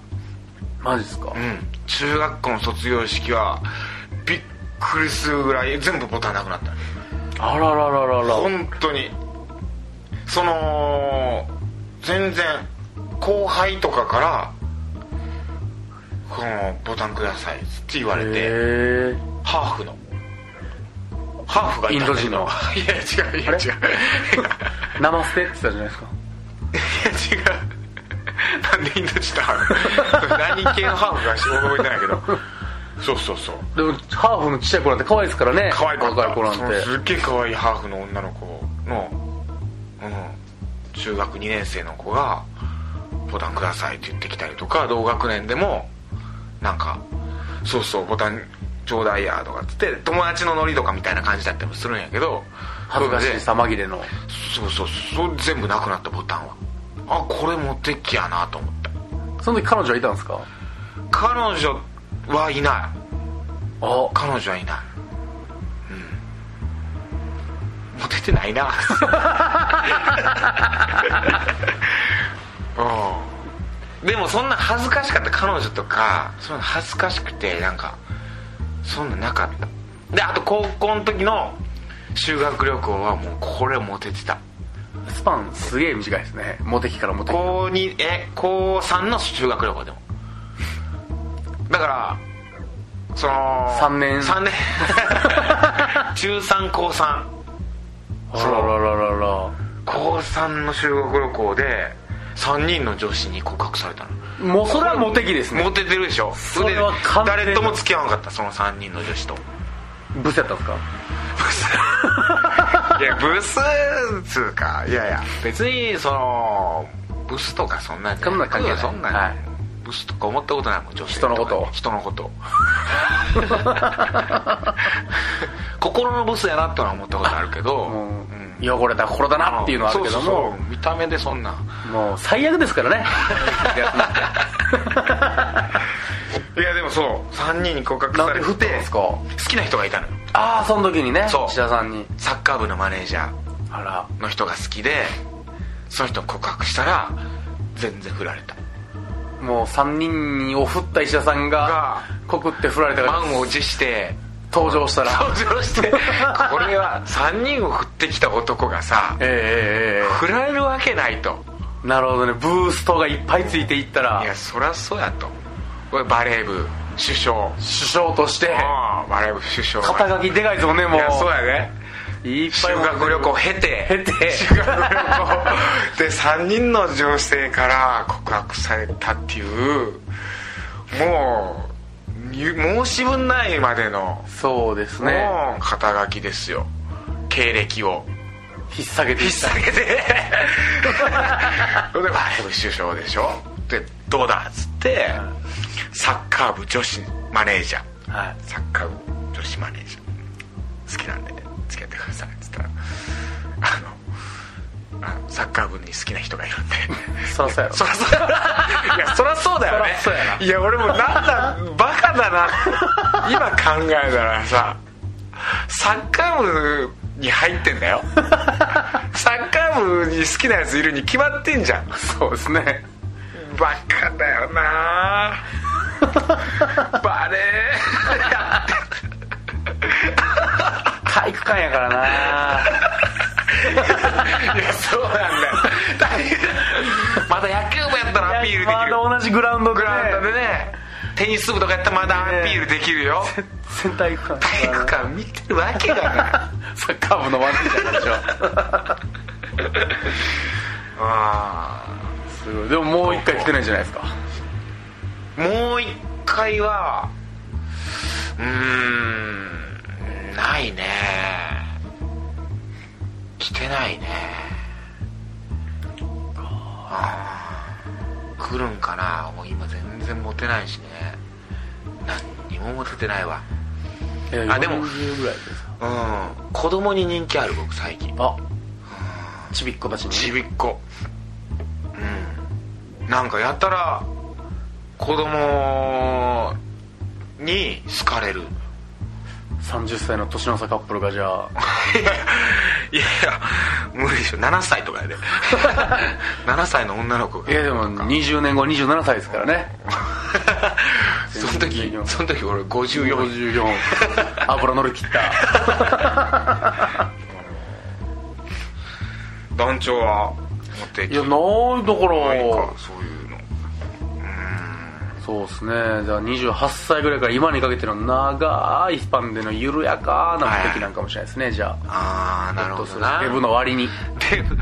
Speaker 2: マジですか
Speaker 1: う。ん中学校の卒業式はびっくりするぐらい全部ボタンなくなった
Speaker 2: あらららららら。
Speaker 1: 本当にその全然後輩とかから「このボタンください」って言われて
Speaker 2: へえ。
Speaker 1: ハーフのハーフがいたんだけど
Speaker 2: インド
Speaker 1: いや違ういや違うい
Speaker 2: 「ナマステ」って言ったじゃないですか
Speaker 1: や違うなんでインド人とハー フ何系のハーフがし覚えてないけどそうそうそう
Speaker 2: でもハーフのちっちゃい子なんて可愛いですからね
Speaker 1: 可愛かった
Speaker 2: 若い子なんて
Speaker 1: そのすっげえ可愛いハーフの女の子の、うん、中学2年生の子が「ボタンください」って言ってきたりとか同学年でもなんか「そうそうボタンちょうだいや」とかっつって友達のノリとかみたいな感じだったりもするんやけど
Speaker 2: 恥ずかしい
Speaker 1: で
Speaker 2: さ紛れの
Speaker 1: そうそうそう全部なくなったボタンはあこれ持ってっきやなと思った
Speaker 2: その時彼女はいたんですか
Speaker 1: 彼女はいない
Speaker 2: あ
Speaker 1: 彼女はいないうんモテてないなうんでもそんな恥ずかしかった彼女とかそんな恥ずかしくてなんかそんななかったであと高校の時の修学旅行はもうこれモテてた
Speaker 2: スパンすげえ短いですねモテ期からモテ期
Speaker 1: 高2え高3の修学旅行でもだからその
Speaker 2: 三年
Speaker 1: 3年 中3高3
Speaker 2: あららららら
Speaker 1: 高3の修学旅行で3人の女子に告白されたの
Speaker 2: もうそれはモテ期ですね
Speaker 1: モテてるでしょ
Speaker 2: それは完全な
Speaker 1: 誰とも付き合わなかったその3人の女子と
Speaker 2: ブスやったんですか
Speaker 1: いやブスつうかいやいや別にそのブスとかそんなんじゃ
Speaker 2: そんな関係ない
Speaker 1: そんなん
Speaker 2: はい
Speaker 1: ブスとか思ったことないもん女性
Speaker 2: 人のこと
Speaker 1: か人のこと心のブスやなってのは思ったことあるけど、
Speaker 2: も
Speaker 1: うん
Speaker 2: う汚れた心だなっていうのはあるけど
Speaker 1: そうそうそ
Speaker 2: も
Speaker 1: う見た目でそんな
Speaker 2: もう最悪ですから ね
Speaker 1: いやでもそう3人に告白
Speaker 2: な
Speaker 1: さ
Speaker 2: ん
Speaker 1: れ
Speaker 2: で
Speaker 1: て
Speaker 2: 振ったんですか
Speaker 1: 好きな人がいたのよ
Speaker 2: ああその時にね
Speaker 1: そう
Speaker 2: 岸田さんに
Speaker 1: サッカー部のマネージャー
Speaker 2: あら
Speaker 1: の人が好きでその人に告白したら全然振られた
Speaker 2: もう3人にを振った石田さんが
Speaker 1: が
Speaker 2: 告って振られたから
Speaker 1: 満を持して
Speaker 2: 登場したら
Speaker 1: 登場 してこれは3人を振ってきた男がさ
Speaker 2: えええええ
Speaker 1: 振られるわけないと
Speaker 2: えなるほどねブーストがいっぱいついていったら
Speaker 1: いや
Speaker 2: 首
Speaker 1: そりゃそうやとこれバレー部首相
Speaker 2: 相として
Speaker 1: ああバレー部首相
Speaker 2: 肩書きでかいですもんねも
Speaker 1: いうやそうやね
Speaker 2: いっぱ
Speaker 1: 修
Speaker 2: い
Speaker 1: 学旅行を経て
Speaker 2: 経て
Speaker 1: 修学旅行で3人の女性から告白されたっていうもうに申し分ないまでの、
Speaker 2: そうですね
Speaker 1: もう肩書きですよ経歴を
Speaker 2: 引っ提げて
Speaker 1: 引
Speaker 2: い
Speaker 1: っ
Speaker 2: っ
Speaker 1: 提げて それで「バレー部首相でしょ?」でどうだ?」っつってサッカー部女子マネージャー
Speaker 2: たはい
Speaker 1: サッカー部女子マネージャー好きなんで付き合ってくださいっつったらあのあのサッカー部に好きな人がいるんで
Speaker 2: そらそうやろ
Speaker 1: そらそうやないやそらそうだよね
Speaker 2: そらそうやない
Speaker 1: や俺もなんだバカだな今考えたらさサッカー部に入ってんだよサッカー部に好きなやついるに決まってんじゃん
Speaker 2: そうですね
Speaker 1: バカだよなバレーやって
Speaker 2: 体育館やからない
Speaker 1: やそうなんだよ大変まだ野球部やったらアピールできる
Speaker 2: まだ同じグラウンドで
Speaker 1: グラウンドでねテニス部とかやったらまだアピールできるよ
Speaker 2: 全然体育館
Speaker 1: 体育館見てるわけがない
Speaker 2: サッカー部のワンピじゃないでし
Speaker 1: あ
Speaker 2: ょすごいでももう一回来てないんじゃないですか
Speaker 1: ーもう一回はうーんないね来てないねあー来るんかなもう今全然モテないしね何にもモテてないわあでも
Speaker 2: 40ぐらいですか
Speaker 1: うん子供に人気ある僕最近
Speaker 2: あちびっ子たち
Speaker 1: ち
Speaker 2: に
Speaker 1: びっ子うんなんかやたら子供に好かれる
Speaker 2: 30歳の年の差カップルがじゃあ
Speaker 1: いやいや無理でしょ7歳とかや で7歳の女の子が
Speaker 2: いやでも20年後27歳ですからね
Speaker 1: その時その時俺54
Speaker 2: 54油乗り切った
Speaker 1: 団長は持ってい
Speaker 2: いやないだか
Speaker 1: ない
Speaker 2: ら
Speaker 1: かそういうの
Speaker 2: そうですねじゃあ28歳ぐらいから今にかけての長いスパンでの緩やかな目的なんかもしれないですね、じゃあ
Speaker 1: ああなるほどな
Speaker 2: デブの割に
Speaker 1: デブ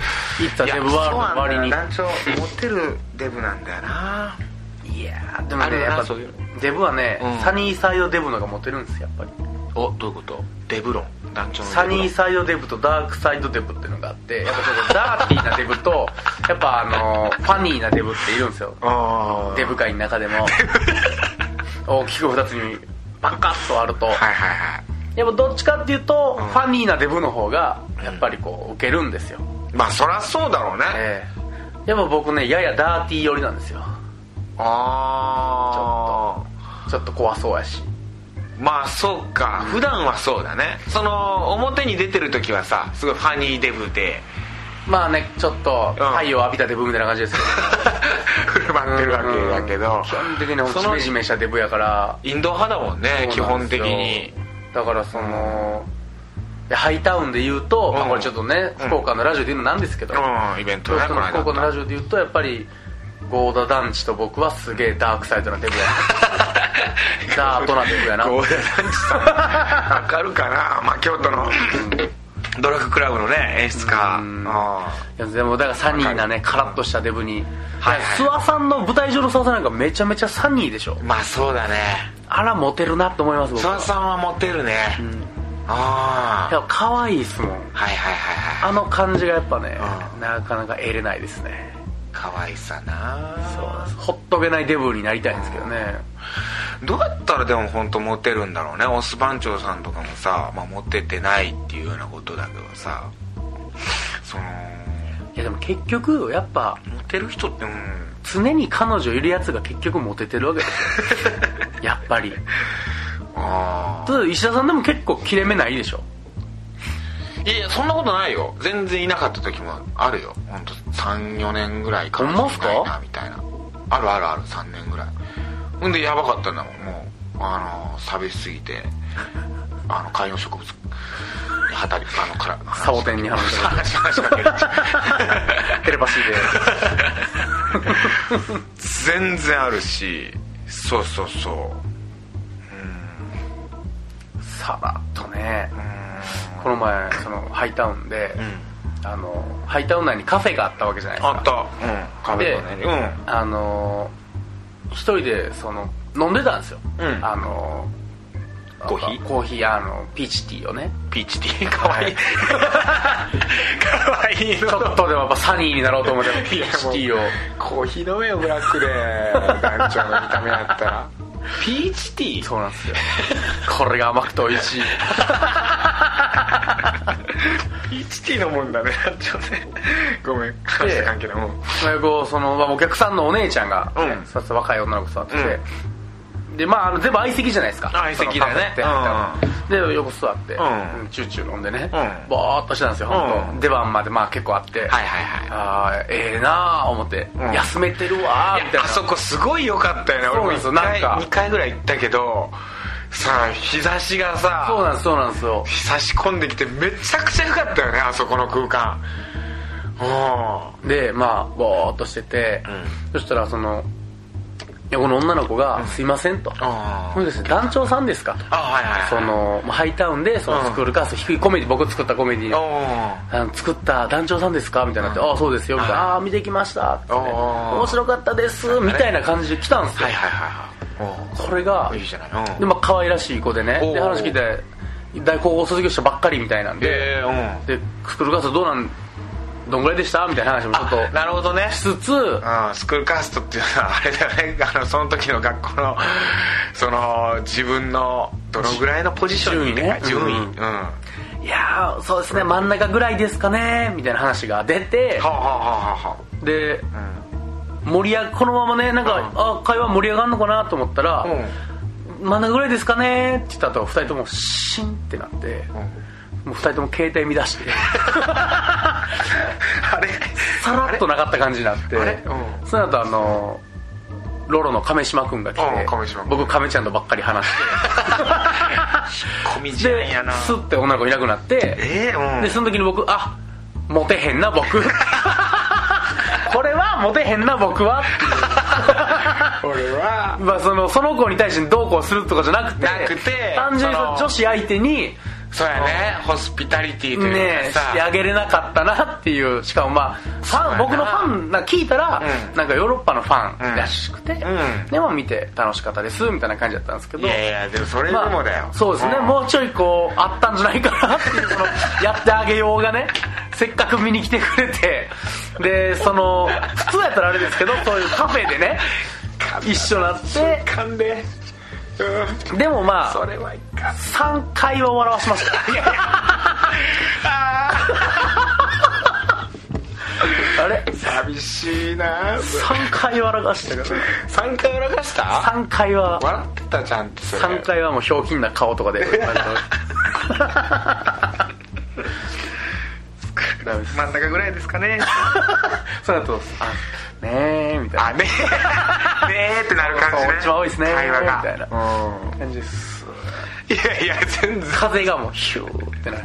Speaker 2: いったデブワールドの割に
Speaker 1: いやそうなんだよ団長モテるデブなんだよない
Speaker 2: やーでも
Speaker 1: ある
Speaker 2: ね
Speaker 1: な
Speaker 2: やっぱ
Speaker 1: そういう
Speaker 2: デブはね、
Speaker 1: うん
Speaker 2: サニーサイドデブの方がモテるんですよやっぱり
Speaker 1: おどういうことデブ論団長の
Speaker 2: サ
Speaker 1: デブ
Speaker 2: ニー
Speaker 1: 論
Speaker 2: サイドデブとダークサイドデブっていうのがあってやっぱちょっとダーティーなデブ とやっぱあのーファニーなデブっているんですよ
Speaker 1: あー
Speaker 2: デブ界の中 でも大きく2つにパカッとあると、
Speaker 1: はいはいは
Speaker 2: やっぱどっちかっていうと、
Speaker 1: うん
Speaker 2: ファニーなデブの方がやっぱりこう受けるんですよ、
Speaker 1: いまあそりゃそうだろうね、
Speaker 2: ええやっぱ僕ねややダーティー寄りなんですよ
Speaker 1: ああ
Speaker 2: ちょっと怖そうやし
Speaker 1: まあそうか普段はそうだねその表に出てる時はさすごいファニーデブで
Speaker 2: まあねちょっと
Speaker 1: うん
Speaker 2: 太陽浴びたデブみたいな感じですけど、
Speaker 1: 振る舞ってるわけだけ
Speaker 2: うん
Speaker 1: ど
Speaker 2: 基本的にほんと
Speaker 1: その
Speaker 2: ジメジメしたデブやから
Speaker 1: インド派だもんね基
Speaker 2: そうな
Speaker 1: 本
Speaker 2: んです
Speaker 1: 的
Speaker 2: よ
Speaker 1: に
Speaker 2: だからその、でハイタウンで言うと、まあ、これちょっとね
Speaker 1: うん
Speaker 2: 福岡のラジオで言うのなんですけど、
Speaker 1: うんイベントねこ
Speaker 2: 福
Speaker 1: の間
Speaker 2: 岡のラジオで言うとやっぱりゴーダ団地と僕はすげえダークサイドなデブや なダートなデブやな
Speaker 1: ゴーダ団地さんわかるかな、まあ、京都のドラッグクラブのね演出家
Speaker 2: うん
Speaker 1: あ
Speaker 2: いやでもだからサニーなね
Speaker 1: わ
Speaker 2: カ
Speaker 1: かる
Speaker 2: ラッとしたデブに
Speaker 1: はいはい
Speaker 2: 諏訪さんの舞台上の諏訪さんなんかめちゃめちゃサニーでしょ
Speaker 1: ーまあそうだね
Speaker 2: あらモテるなと思います僕
Speaker 1: 諏
Speaker 2: は
Speaker 1: 訪さんはモテるね、
Speaker 2: うん
Speaker 1: あ
Speaker 2: い
Speaker 1: あ
Speaker 2: や可愛いっすもん
Speaker 1: はいはいはいはい
Speaker 2: あの感じがやっぱね
Speaker 1: う
Speaker 2: なかなか得れないですね
Speaker 1: 可愛さな
Speaker 2: そうですほっとけないデブになりたいんですけどね
Speaker 1: どうやったらでも本当モテるんだろうねオス番長さんとかもさ、まあ、モテてないっていうようなことだけどさその
Speaker 2: いやでも結局やっぱ
Speaker 1: モテる人ってうん
Speaker 2: 常に彼女いるやつが結局モテてるわけです よやっぱり
Speaker 1: あ
Speaker 2: ただ石田さんでも結構切れ目ないでしょ
Speaker 1: あいやいやそんなことないよ全然いなかった時もあるよ本当三34年ぐらいか
Speaker 2: ほんまっすか
Speaker 1: ないなみたいなあるあるある3年ぐらいほんでやばかったんだもんもうあの寂しすぎ てあの観葉植物に働きあの から
Speaker 2: サボテンに話し か
Speaker 1: 話しかける
Speaker 2: テレパシーで
Speaker 1: 全然あるしそうそうそう
Speaker 2: さらっとねこの前そのハイタウンで、あのハイタウン内にカフェがあったわけじゃないです
Speaker 1: あ
Speaker 2: か
Speaker 1: ったうん壁のね
Speaker 2: で
Speaker 1: うん
Speaker 2: あの一人でその飲んでたんですよ、
Speaker 1: うん
Speaker 2: あの
Speaker 1: コーヒー
Speaker 2: なんかコーヒーあのピーチティーをね
Speaker 1: ピーチティーかわいいかわいい
Speaker 2: ちょっとでもやっぱサニーになろうと思って
Speaker 1: い
Speaker 2: ピ
Speaker 1: や
Speaker 2: ーチティーを
Speaker 1: コーヒー飲めよブラックで団長の見た目だったらピーチティー
Speaker 2: そうなんですよこれが甘くて美味しい
Speaker 1: ピーチティーのもんだね団長ねごめん話関係ないもん
Speaker 2: まあこうそのまあお客さんのお姉ちゃんが、
Speaker 1: うん
Speaker 2: ねさっさ若い女の子座ってて、でまああの全部相席じゃないですか
Speaker 1: 相席だよね
Speaker 2: そのカフェってで横座って、
Speaker 1: うん
Speaker 2: チューチュー飲んでね、
Speaker 1: うん
Speaker 2: ぼーっとしてたんですよ、本当
Speaker 1: うん
Speaker 2: 出番までまあ結構あって、
Speaker 1: はいはいはい
Speaker 2: あーええなあ思って、
Speaker 1: うん
Speaker 2: 休めてるわーみたいな
Speaker 1: あそこすごい良かったよね
Speaker 2: そうなん
Speaker 1: 俺
Speaker 2: です
Speaker 1: も
Speaker 2: よ
Speaker 1: 1回
Speaker 2: なんか
Speaker 1: 2回ぐらい行ったけどさあ日差しがさ
Speaker 2: そうなんですそうなんですよ
Speaker 1: 差し込んできてめちゃくちゃ良かったよねあそこの空間お
Speaker 2: でまあぼーっとしてて、
Speaker 1: うん
Speaker 2: そしたらその横の女の子が「すいません」と「
Speaker 1: あ
Speaker 2: そうですね団長さんですか?」と。
Speaker 1: あはいはいはい
Speaker 2: そのまあハイタウンでその
Speaker 1: うん
Speaker 2: スクールカースト低いコメディ僕作ったコメディの
Speaker 1: お
Speaker 2: あの作った団長さんですかみたいになって「ああそうですよ」みたいな「ああー見てきました」って
Speaker 1: おうおうおう
Speaker 2: 面白かったです」みたいな感じで来たんですよ
Speaker 1: はいはいはいはい
Speaker 2: これが
Speaker 1: おいいじゃないうん
Speaker 2: でまあ可愛らしい子でね
Speaker 1: おうおう
Speaker 2: で話聞いて大高校卒業したばっかりみたいなんで
Speaker 1: えうん
Speaker 2: でスクールカーストどうなんどんぐらいでしたみたいな話もちょっと
Speaker 1: なるほどね
Speaker 2: しつつ
Speaker 1: うん、スクールカーストっていうのはあれだよね あのその時の学校のその自分のどのぐらいのポジションに
Speaker 2: 順位ね
Speaker 1: 順位
Speaker 2: う
Speaker 1: うんん、
Speaker 2: いやーそうですね真ん中ぐらいですかねみたいな話が出て
Speaker 1: はあはあはあは
Speaker 2: で
Speaker 1: あは
Speaker 2: 盛り上このままねなんか、あ会話盛り上がるのかなと思ったら、
Speaker 1: うん
Speaker 2: 真ん中ぐらいですかねって言った後二人ともシンってなっ
Speaker 1: うん、う
Speaker 2: て、
Speaker 1: ん、
Speaker 2: もう二人とも携帯見出して
Speaker 1: あれ
Speaker 2: さらっとなかった感じになって
Speaker 1: あれうん
Speaker 2: その後あのロロの亀島君が来て
Speaker 1: うん亀島君
Speaker 2: 僕亀ちゃんとばっかり話し
Speaker 1: 小 道
Speaker 2: て
Speaker 1: なん
Speaker 2: で
Speaker 1: やな
Speaker 2: スッて女の子いなくなって
Speaker 1: えー、うん
Speaker 2: でその時に僕あモテへ んな僕これはモテへんな僕はっていう
Speaker 1: 俺は
Speaker 2: まあ、そのその子に対してどうこうするとかじゃなくて
Speaker 1: なくて
Speaker 2: 単純にそ
Speaker 1: そ
Speaker 2: の
Speaker 1: の
Speaker 2: 女子相手に
Speaker 1: そうやねホスピタリティとい
Speaker 2: ね
Speaker 1: うか
Speaker 2: してあ
Speaker 1: さ
Speaker 2: げれなかったなっていうしかもまあ
Speaker 1: う
Speaker 2: フ
Speaker 1: や
Speaker 2: ァン
Speaker 1: な
Speaker 2: 僕のファンな聞いたら、
Speaker 1: うん
Speaker 2: なんかヨーロッパのファ
Speaker 1: う
Speaker 2: ン
Speaker 1: ん
Speaker 2: らしくて、
Speaker 1: ん
Speaker 2: でも見て楽しかったですみたいな感じだったんですけ
Speaker 1: い
Speaker 2: ど
Speaker 1: やいやでもそれで
Speaker 2: まあ
Speaker 1: もだよ
Speaker 2: そうですね、
Speaker 1: ん
Speaker 2: もうちょいこうあったんじゃないかなっていうそのやってあげよう がねせっかく見に来てくれてでその普通やったらあれですけどそういうカフェでね一緒になって
Speaker 1: 噛んでうん
Speaker 2: でもまあ
Speaker 1: それはいかん
Speaker 2: 3回は笑わし ましたあれ
Speaker 1: 寂しいな
Speaker 2: 3回笑わしたから
Speaker 1: 3回笑かした
Speaker 2: 3回は
Speaker 1: 笑ってたじゃんってそれ
Speaker 2: 3回はもうひょうきんな顔とかでダメです
Speaker 1: 真ん中ぐらいですかね
Speaker 2: その後あねえみたいな
Speaker 1: あねえ ねえってなる感じね
Speaker 2: 一番多いですね
Speaker 1: 会話が
Speaker 2: みたいな
Speaker 1: うん
Speaker 2: 感じです
Speaker 1: いやいや全然
Speaker 2: 風がもうヒューってなる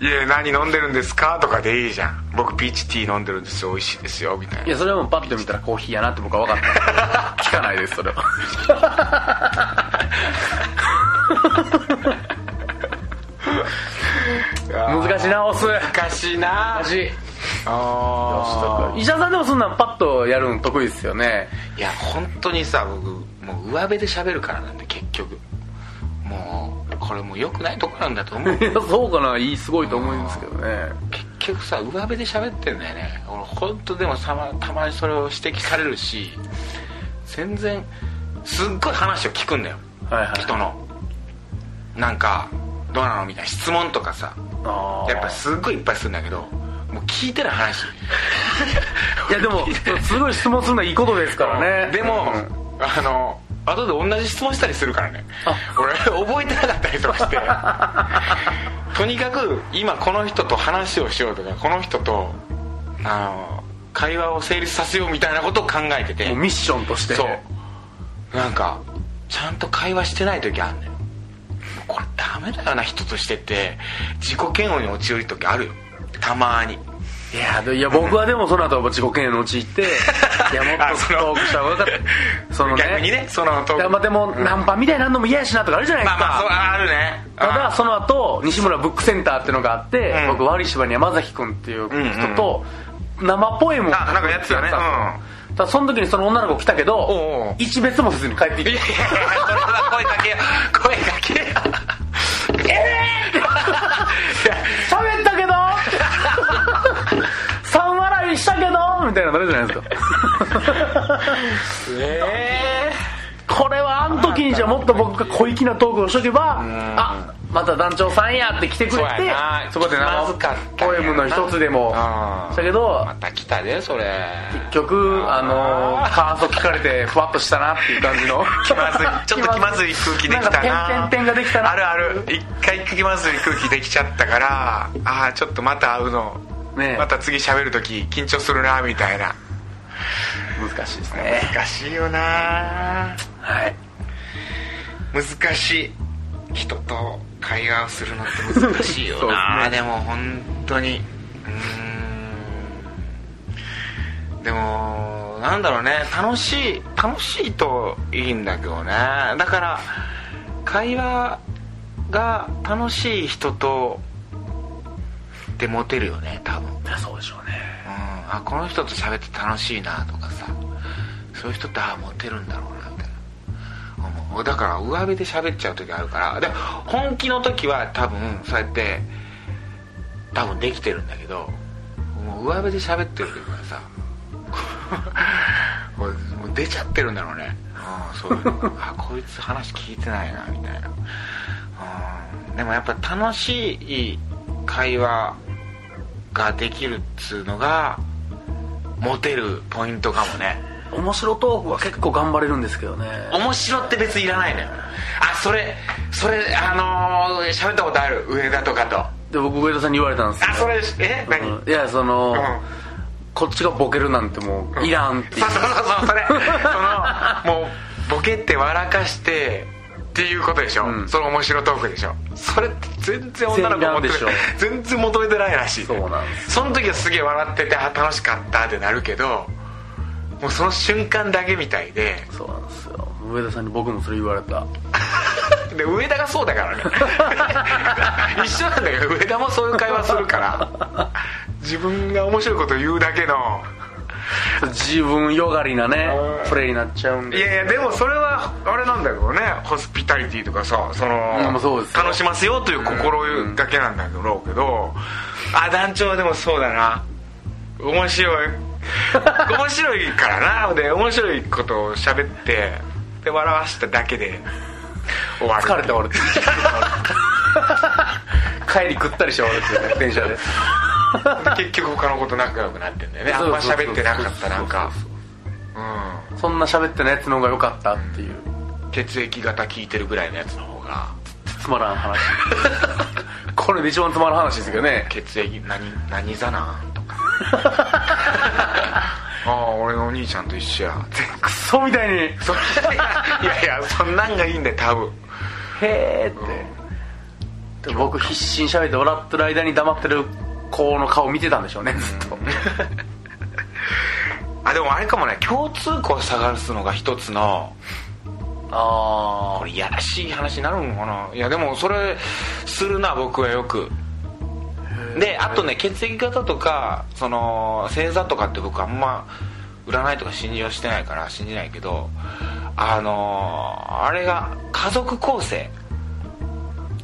Speaker 1: いや何飲んでるんですかとかでいいじゃん僕ピーチティー飲んでるんですよ美味しいですよみたいない
Speaker 2: やそれはもうパッと見たらコーヒーやなって僕は分かった 聞かないですそれは難しいな押す
Speaker 1: 難しいな
Speaker 2: 難しい
Speaker 1: あ
Speaker 2: 石田さんでもそんなんパッとやるの得意ですよね
Speaker 1: ーいや本当にさ僕もう上辺で喋るからなんで結局もうこれもう良くないとこなんだと 思う
Speaker 2: いやそうかないいすごいと思うんですけどね
Speaker 1: 結局さ上辺で喋ってんだよね俺本当でもたまたまにそれを指摘されるし全然すっごい話を聞くんだよ
Speaker 2: はいはい
Speaker 1: 人のなんかどうなのみたいな質問とかさ
Speaker 2: あー
Speaker 1: やっぱすっごいいっぱいするんだけどもう聞いてない話
Speaker 2: いやでもすごい質問するのはいいこと ですからね
Speaker 1: でも、
Speaker 2: うん
Speaker 1: あの後で同じ質問したりするからね俺覚えてなかったりとか してとにかく今この人と話をしようとかこの人とあの会話を成立させようみたいなことを考えてて
Speaker 2: もうミッションとして
Speaker 1: そうなんかちゃんと会話してない時あんねんこれダメだよな人としてって自己嫌悪に陥る時あるよたまに
Speaker 2: いやでいや僕はでもその後は自己嫌悪に陥って いやもっ
Speaker 1: あ
Speaker 2: と
Speaker 1: その
Speaker 2: トークした方がよかったそのね
Speaker 1: 逆にねそのトー
Speaker 2: い
Speaker 1: ク
Speaker 2: やまあでも、ナンパみたいになんのも嫌やしなとかあるじゃないです
Speaker 1: まあ
Speaker 2: か、
Speaker 1: まあそうあるね
Speaker 2: ただ
Speaker 1: うん
Speaker 2: その後西村ブックセンターっていうのがあって、
Speaker 1: うん
Speaker 2: 僕悪い芝に山崎君っていう人と生ポエムを
Speaker 1: あなんかやってたね
Speaker 2: うん、ただその時にその女の子来たけど
Speaker 1: おうおう
Speaker 2: 一別もせずに帰って
Speaker 1: いやいやいやそれ
Speaker 2: きて
Speaker 1: は声かけよう声かけようえ
Speaker 2: 喋ったけど 三笑いしたけどみたいなのあるじゃないです
Speaker 1: え
Speaker 2: かこれはあの時にじゃもっと僕が小粋なトークをしとけばあまた団長さんやって来てくれて
Speaker 1: そうやな
Speaker 2: こで
Speaker 1: 気まずかったん
Speaker 2: ポ
Speaker 1: や
Speaker 2: エ
Speaker 1: な
Speaker 2: ムの一つでも
Speaker 1: うん
Speaker 2: だけど
Speaker 1: また来たでそれ
Speaker 2: 結局あの
Speaker 1: あ
Speaker 2: ー感想聞かれてふわっとしたなっていう感じの
Speaker 1: 気まずいちょっと気まずい空気できたなん
Speaker 2: か点々点ができたな
Speaker 1: あるある一回気まずい空気できちゃったからああーちょっとまた会うの
Speaker 2: ねえ
Speaker 1: また次喋る時緊張するなみたいな
Speaker 2: 難しいですね
Speaker 1: 難しいよな
Speaker 2: はい
Speaker 1: 難しい人と会話をするのって難しいよな
Speaker 2: そう
Speaker 1: で,、も本当にうーんでもなんだろうね楽しい楽しいといいんだけどねだから会話が楽しい人とでモテるよね多分
Speaker 2: そうでしょうね
Speaker 1: うん、あこの人と喋って楽しいなとかさそういう人ってああモテるんだろうなみたいな思うだから上辺で喋っちゃう時あるからで本気の時は多分そうやって多分できてるんだけどもう上辺で喋ってる時はさ もうもう出ちゃってるんだろうね、うん、そういうの があこいつ話聞いてないなみたいな、うん、でもやっぱ楽しい会話ができるっつうのがモテるポイントかもね
Speaker 2: 面白トークは結構頑張れるんですけどね
Speaker 1: 面白って別にいらないのよあそれそれあのー喋ったことある上田とかと
Speaker 2: で僕上田さんに言われたんですよ
Speaker 1: あそれえ何、
Speaker 2: うんいやその、
Speaker 1: うん
Speaker 2: こっちがボケるなんてもういらんってい
Speaker 1: そううそうそうそうそ れそのもうボケって笑かしてっていうことでしょ、
Speaker 2: うん
Speaker 1: その面白トークでしょそれって全然女の子求めて
Speaker 2: 全然いらんでしょ
Speaker 1: 全然求めてないらしい
Speaker 2: そうなんです
Speaker 1: その時はすげえ笑っててあ楽しかったってなるけどもうその瞬間だけみたいで
Speaker 2: そうなんですよ上田さんに僕もそれ言われた
Speaker 1: で上田がそうだから ね一緒なんだけど上田もそういう会話するから自分が面白いこと言うだけの
Speaker 2: 自分よがりなね
Speaker 1: うん
Speaker 2: プレイになっちゃうんで
Speaker 1: いやいやでもそれはあれなんだけどねホスピタリティとかさその、
Speaker 2: うんそうですよ
Speaker 1: 楽しますよという心がけなんだろうけど、あ団長はでもそうだな面 白い面白いからなで面白いことを喋ってで笑わせただけで終わる
Speaker 2: 疲れた俺帰り食ったりして俺ですよね電車で
Speaker 1: 結局他のこと仲良くなってんだよねあ
Speaker 2: そ
Speaker 1: んま
Speaker 2: うそうそう
Speaker 1: 喋ってなかったなんかう
Speaker 2: そんな喋ってないやつの方が良かったっていうん
Speaker 1: 血液型聞いてるぐらいのやつの方が
Speaker 2: つまらん話 これで一番つまらん話ですけどね
Speaker 1: 血液何何座なん とかああ俺のお兄ちゃんと一緒や全
Speaker 2: クソみたいにへ
Speaker 1: そいやいやそんなんがいいんだよ多分
Speaker 2: えって、僕必死に喋って笑ってる間に黙ってる子の顔見てたんでしょうねずっ と、
Speaker 1: あでもあれかもね共通項を探すのが一つの
Speaker 2: あ
Speaker 1: これいやらしい話になるのかないやでもそれするな僕はよくであとね血液型とかその星座とかって僕あんま占いとか信じはしてないから信じないけどあのーあれが家族構成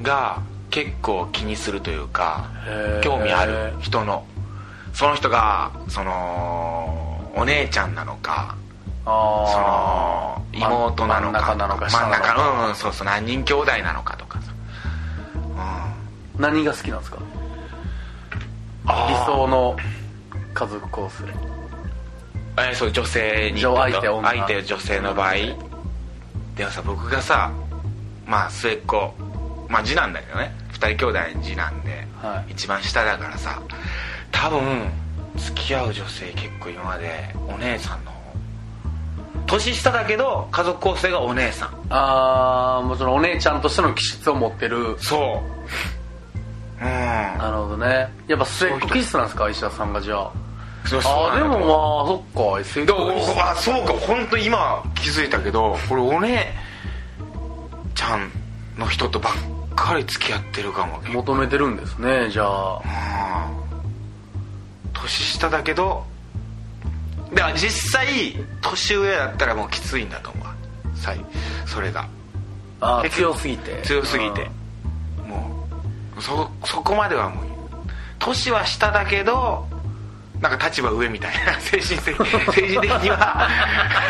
Speaker 1: が結構気にするというか
Speaker 2: へー
Speaker 1: 興味ある人のその人がそのお姉ちゃんなのか
Speaker 2: ああ
Speaker 1: その
Speaker 2: ま
Speaker 1: 妹なのか
Speaker 2: 真ん中なのか
Speaker 1: 真ん
Speaker 2: 下な
Speaker 1: 中
Speaker 2: のか
Speaker 1: うんうんそうそう何人兄弟なのかとかさ、うん、
Speaker 2: 何が好きなんですか理
Speaker 1: あ
Speaker 2: 想の家族構成
Speaker 1: ーえーそう女性に
Speaker 2: 女相手女
Speaker 1: 相手女性の場合でもさ僕がさまあ末っ子まあ次男だけどね2人兄弟次男で、
Speaker 2: はい
Speaker 1: 一番下だからさ多分付き合う女性結構今までお姉さんの方年下だけど家族構成がお姉さん
Speaker 2: ああもうそのお姉ちゃんとしての気質を持ってる
Speaker 1: そううん
Speaker 2: なるほどねやっぱ末っ子気質なんですか石田さんがじゃあ
Speaker 1: そうそう
Speaker 2: あ
Speaker 1: な
Speaker 2: ーで
Speaker 1: んだ
Speaker 2: も
Speaker 1: と思う
Speaker 2: まあそっか末っ
Speaker 1: で
Speaker 2: 子
Speaker 1: お
Speaker 2: 気質
Speaker 1: あそうか本当今気づいたけど俺お姉ちゃんの人とばっかり付き合ってるかも
Speaker 2: 求めてるんですねじゃあ
Speaker 1: 年下だけどでも実際年上だったらもうきついんだと思うさいそれが
Speaker 2: あー
Speaker 1: 結局
Speaker 2: 強すぎて
Speaker 1: 強すぎてもうそそこまではもう年は下だけどなんか立場上みたいな 精神的精神的には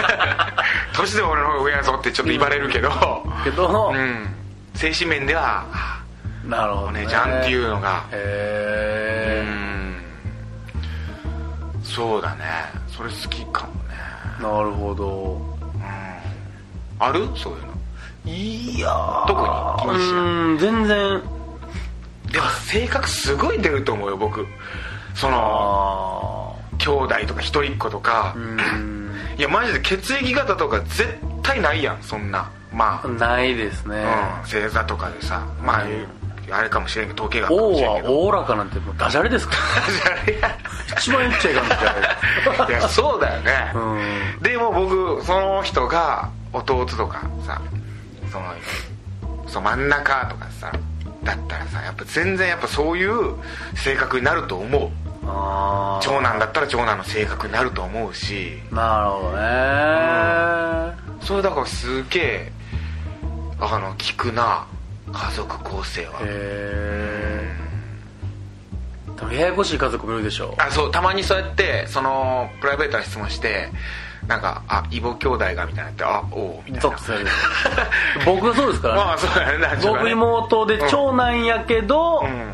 Speaker 1: 年でも俺の方が上やぞってちょっと言われるけど
Speaker 2: うんけど、
Speaker 1: うん精神面ではあ
Speaker 2: なるほど、
Speaker 1: お
Speaker 2: ね、
Speaker 1: 姉ちゃんっていうのがう
Speaker 2: へ
Speaker 1: んそうだねそれ好きかもね
Speaker 2: えなるほど
Speaker 1: あるそういうの
Speaker 2: いやー
Speaker 1: 特に気にしないう
Speaker 2: ーん全然
Speaker 1: でも性格すごい出ると思うよ僕その
Speaker 2: あ
Speaker 1: 兄弟とか一人っ子とか、
Speaker 2: ーうー
Speaker 1: いやマジで血液型とか絶対ないやんそんなまあ、
Speaker 2: んないですね
Speaker 1: うん、星座とかでさまあ、
Speaker 2: うん
Speaker 1: あれかもしれんけど統計学か
Speaker 2: 王
Speaker 1: もしれんけ
Speaker 2: は
Speaker 1: ど
Speaker 2: おおらかなんてもうダジャレですから一番言っちゃいかんじ ゃ
Speaker 1: いやそうだよね、
Speaker 2: うん
Speaker 1: でも僕その人が弟とかさそのその真ん中とかさだったらさやっぱ全然やっぱそういう性格になると思う
Speaker 2: あ
Speaker 1: 長男だったら長男の性格になると思うし
Speaker 2: あなるほどね
Speaker 1: それだからすげえあの聞くな家族構成は
Speaker 2: へえでもややこしい家族もいるでしょ
Speaker 1: あそうたまにそうやってそのプライベートな質問してなんか「あ異母兄弟が」みたいなって「あおう」みた
Speaker 2: ゾ
Speaker 1: い
Speaker 2: ッ
Speaker 1: な
Speaker 2: とする僕がそうですから
Speaker 1: ま
Speaker 2: ね
Speaker 1: あそうだよねなんちゅうか
Speaker 2: 僕
Speaker 1: ね
Speaker 2: 妹で長男やけど、
Speaker 1: うん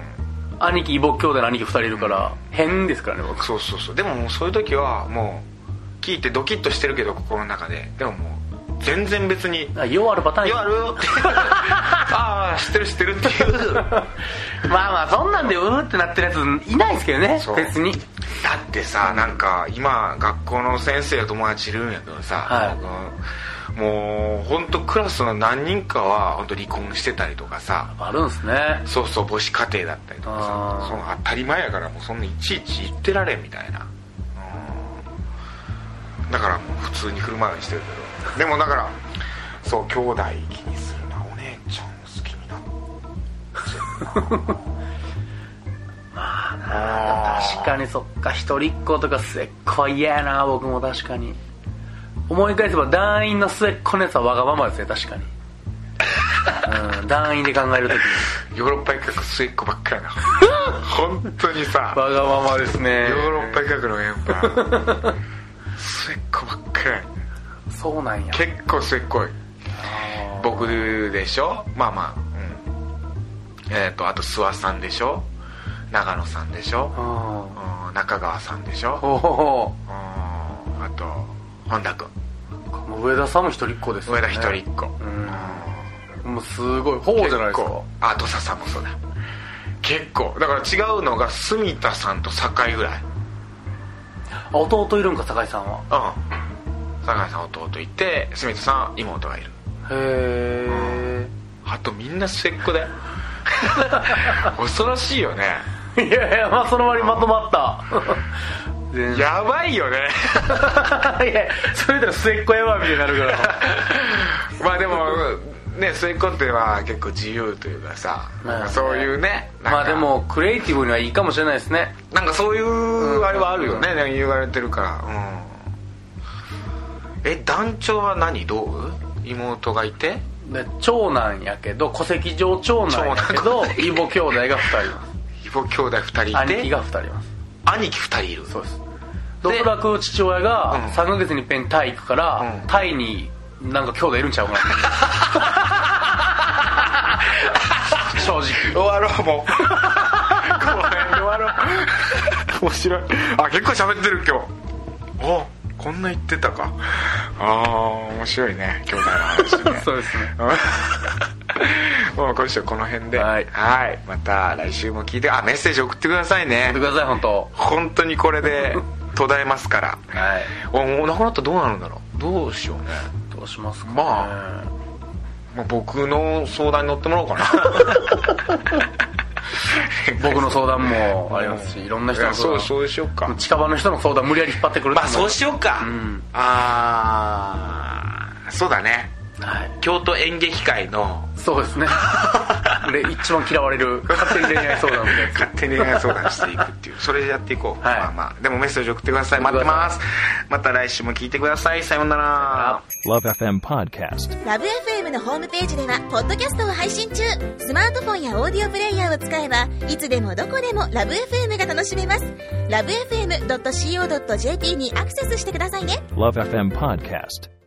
Speaker 2: 兄貴異母兄弟の兄貴2人いるから変ですからね僕
Speaker 1: そうそうそうでももうそういう時はもう聞いてドキッとしてるけど心の中ででももう全然別に
Speaker 2: あようあるパター
Speaker 1: 「
Speaker 2: ン
Speaker 1: よある?」 って「ああ知ってる知ってる」っていうだ
Speaker 2: まあまあそんなんでうーってなってるやついないですけどね
Speaker 1: そう
Speaker 2: 別に
Speaker 1: ってさなんか今学校の先生や友達いるんやけどさ、
Speaker 2: はい
Speaker 1: 僕もう本当クラスの何人かは本当離婚してたりとかさ
Speaker 2: あるんすね
Speaker 1: そうそう母子家庭だったりとか
Speaker 2: あ
Speaker 1: さ
Speaker 2: ー
Speaker 1: その当たり前やからもうそんないちいち言ってられんみたいな、うんだからもう普通に振る舞うようにしてるけ どでもだからそう兄弟気にするなお姉ちゃん好きにな って
Speaker 2: 確かにそっか一人っ子とか末っ子は嫌やな僕も確かに思い返せば団員の末っ子のやつはわがままですね確かに、うん、団員で考えるときに
Speaker 1: ヨーロッパ企画末っ子ばっかりな 本当にさ
Speaker 2: わがままですね
Speaker 1: ヨーロッパ企画のメンバー末っ子ばっかり
Speaker 2: そうなんや
Speaker 1: 結構末っ子い僕でしょまあまあ、うん、えっ、とあと諏訪さんでしょ長野さんでしょ、
Speaker 2: あー
Speaker 1: うん、中川さんでしょ、
Speaker 2: おお
Speaker 1: うん、あと本田君
Speaker 2: 上田さんも一人っ子ですよ
Speaker 1: 上
Speaker 2: ね
Speaker 1: 田一人っ子、
Speaker 2: もうすごいほうじゃないで
Speaker 1: 結
Speaker 2: すか
Speaker 1: 構あ土佐さんもそうだ結構だから違うのが住田さんと酒井ぐらい
Speaker 2: あ弟いるんか酒井さんは
Speaker 1: うん酒井さん弟いて住田さん妹がいる
Speaker 2: へえ
Speaker 1: あとみんな末っ子だよ 恐ろしいよね
Speaker 2: いやいやまあその割にまとまった 全然
Speaker 1: やばいよね
Speaker 2: いやそれで末っ子やばいみたいになるから
Speaker 1: まあでもね末っ子っては結構自由というかさ、
Speaker 2: まあね
Speaker 1: そういうねなんか
Speaker 2: まあでもクリエイティブにはいいかもしれないですね
Speaker 1: なんかそういうあれはあるよね、言われてるからうんえ団長は何どう妹がいて
Speaker 2: で長男やけど戸籍上長男やけど
Speaker 1: 長男
Speaker 2: 異母兄弟が2人いま
Speaker 1: 異母兄弟2人いて
Speaker 2: す兄貴が2人います
Speaker 1: 兄貴2人いる
Speaker 2: そうですでおそらく父親が
Speaker 1: うん
Speaker 2: 3ヶ月にいっぺんタイ行くから、
Speaker 1: うん
Speaker 2: タイになんか兄弟いるんちゃう かな正直
Speaker 1: 終わろうもうごめん終わろう面白いあ結構喋ってる今日おこんな言ってたかあー面白いね兄弟の話ね
Speaker 2: そうですね
Speaker 1: うんもう今週はこの辺では
Speaker 2: はい
Speaker 1: はいまた来週も聞いてあメッセージ送ってください
Speaker 2: や
Speaker 1: ね
Speaker 2: ってください本当
Speaker 1: 本当にこれ で途絶えますから
Speaker 2: はい
Speaker 1: おもうなくなったらどうなるんだろうどうしようね、
Speaker 2: どうしますか、ね、
Speaker 1: ま
Speaker 2: あ
Speaker 1: まあ、僕の相談に乗ってもらおうかな
Speaker 2: 僕の相談もありますしいろんな人
Speaker 1: い
Speaker 2: の
Speaker 1: やそ
Speaker 2: 相
Speaker 1: う
Speaker 2: 談
Speaker 1: そうしようか
Speaker 2: 近場の人の相談無理やり引っ張ってくる
Speaker 1: まあそう
Speaker 2: し
Speaker 1: しようか、
Speaker 2: うん
Speaker 1: ああそうだね
Speaker 2: はい
Speaker 1: 京都演劇界の
Speaker 2: そうですねで一番嫌われる勝手に恋愛相談みたいなや つ
Speaker 1: 勝手に恋愛相談していくっていうそれでやっていこう、
Speaker 2: はい
Speaker 1: まあまあでもメッセージ送ってください待ってますまた来週も聞いてくださいさようなら
Speaker 3: Love FM Podcast.
Speaker 4: ラブ f m のホームページではポッドキャストを配信中スマートフォンやオーディオプレイヤーを使えばいつでもどこでもラブ f m が楽しめますラブ FM.co.jp にアクセスしてくださいね
Speaker 3: Love FM Podcast.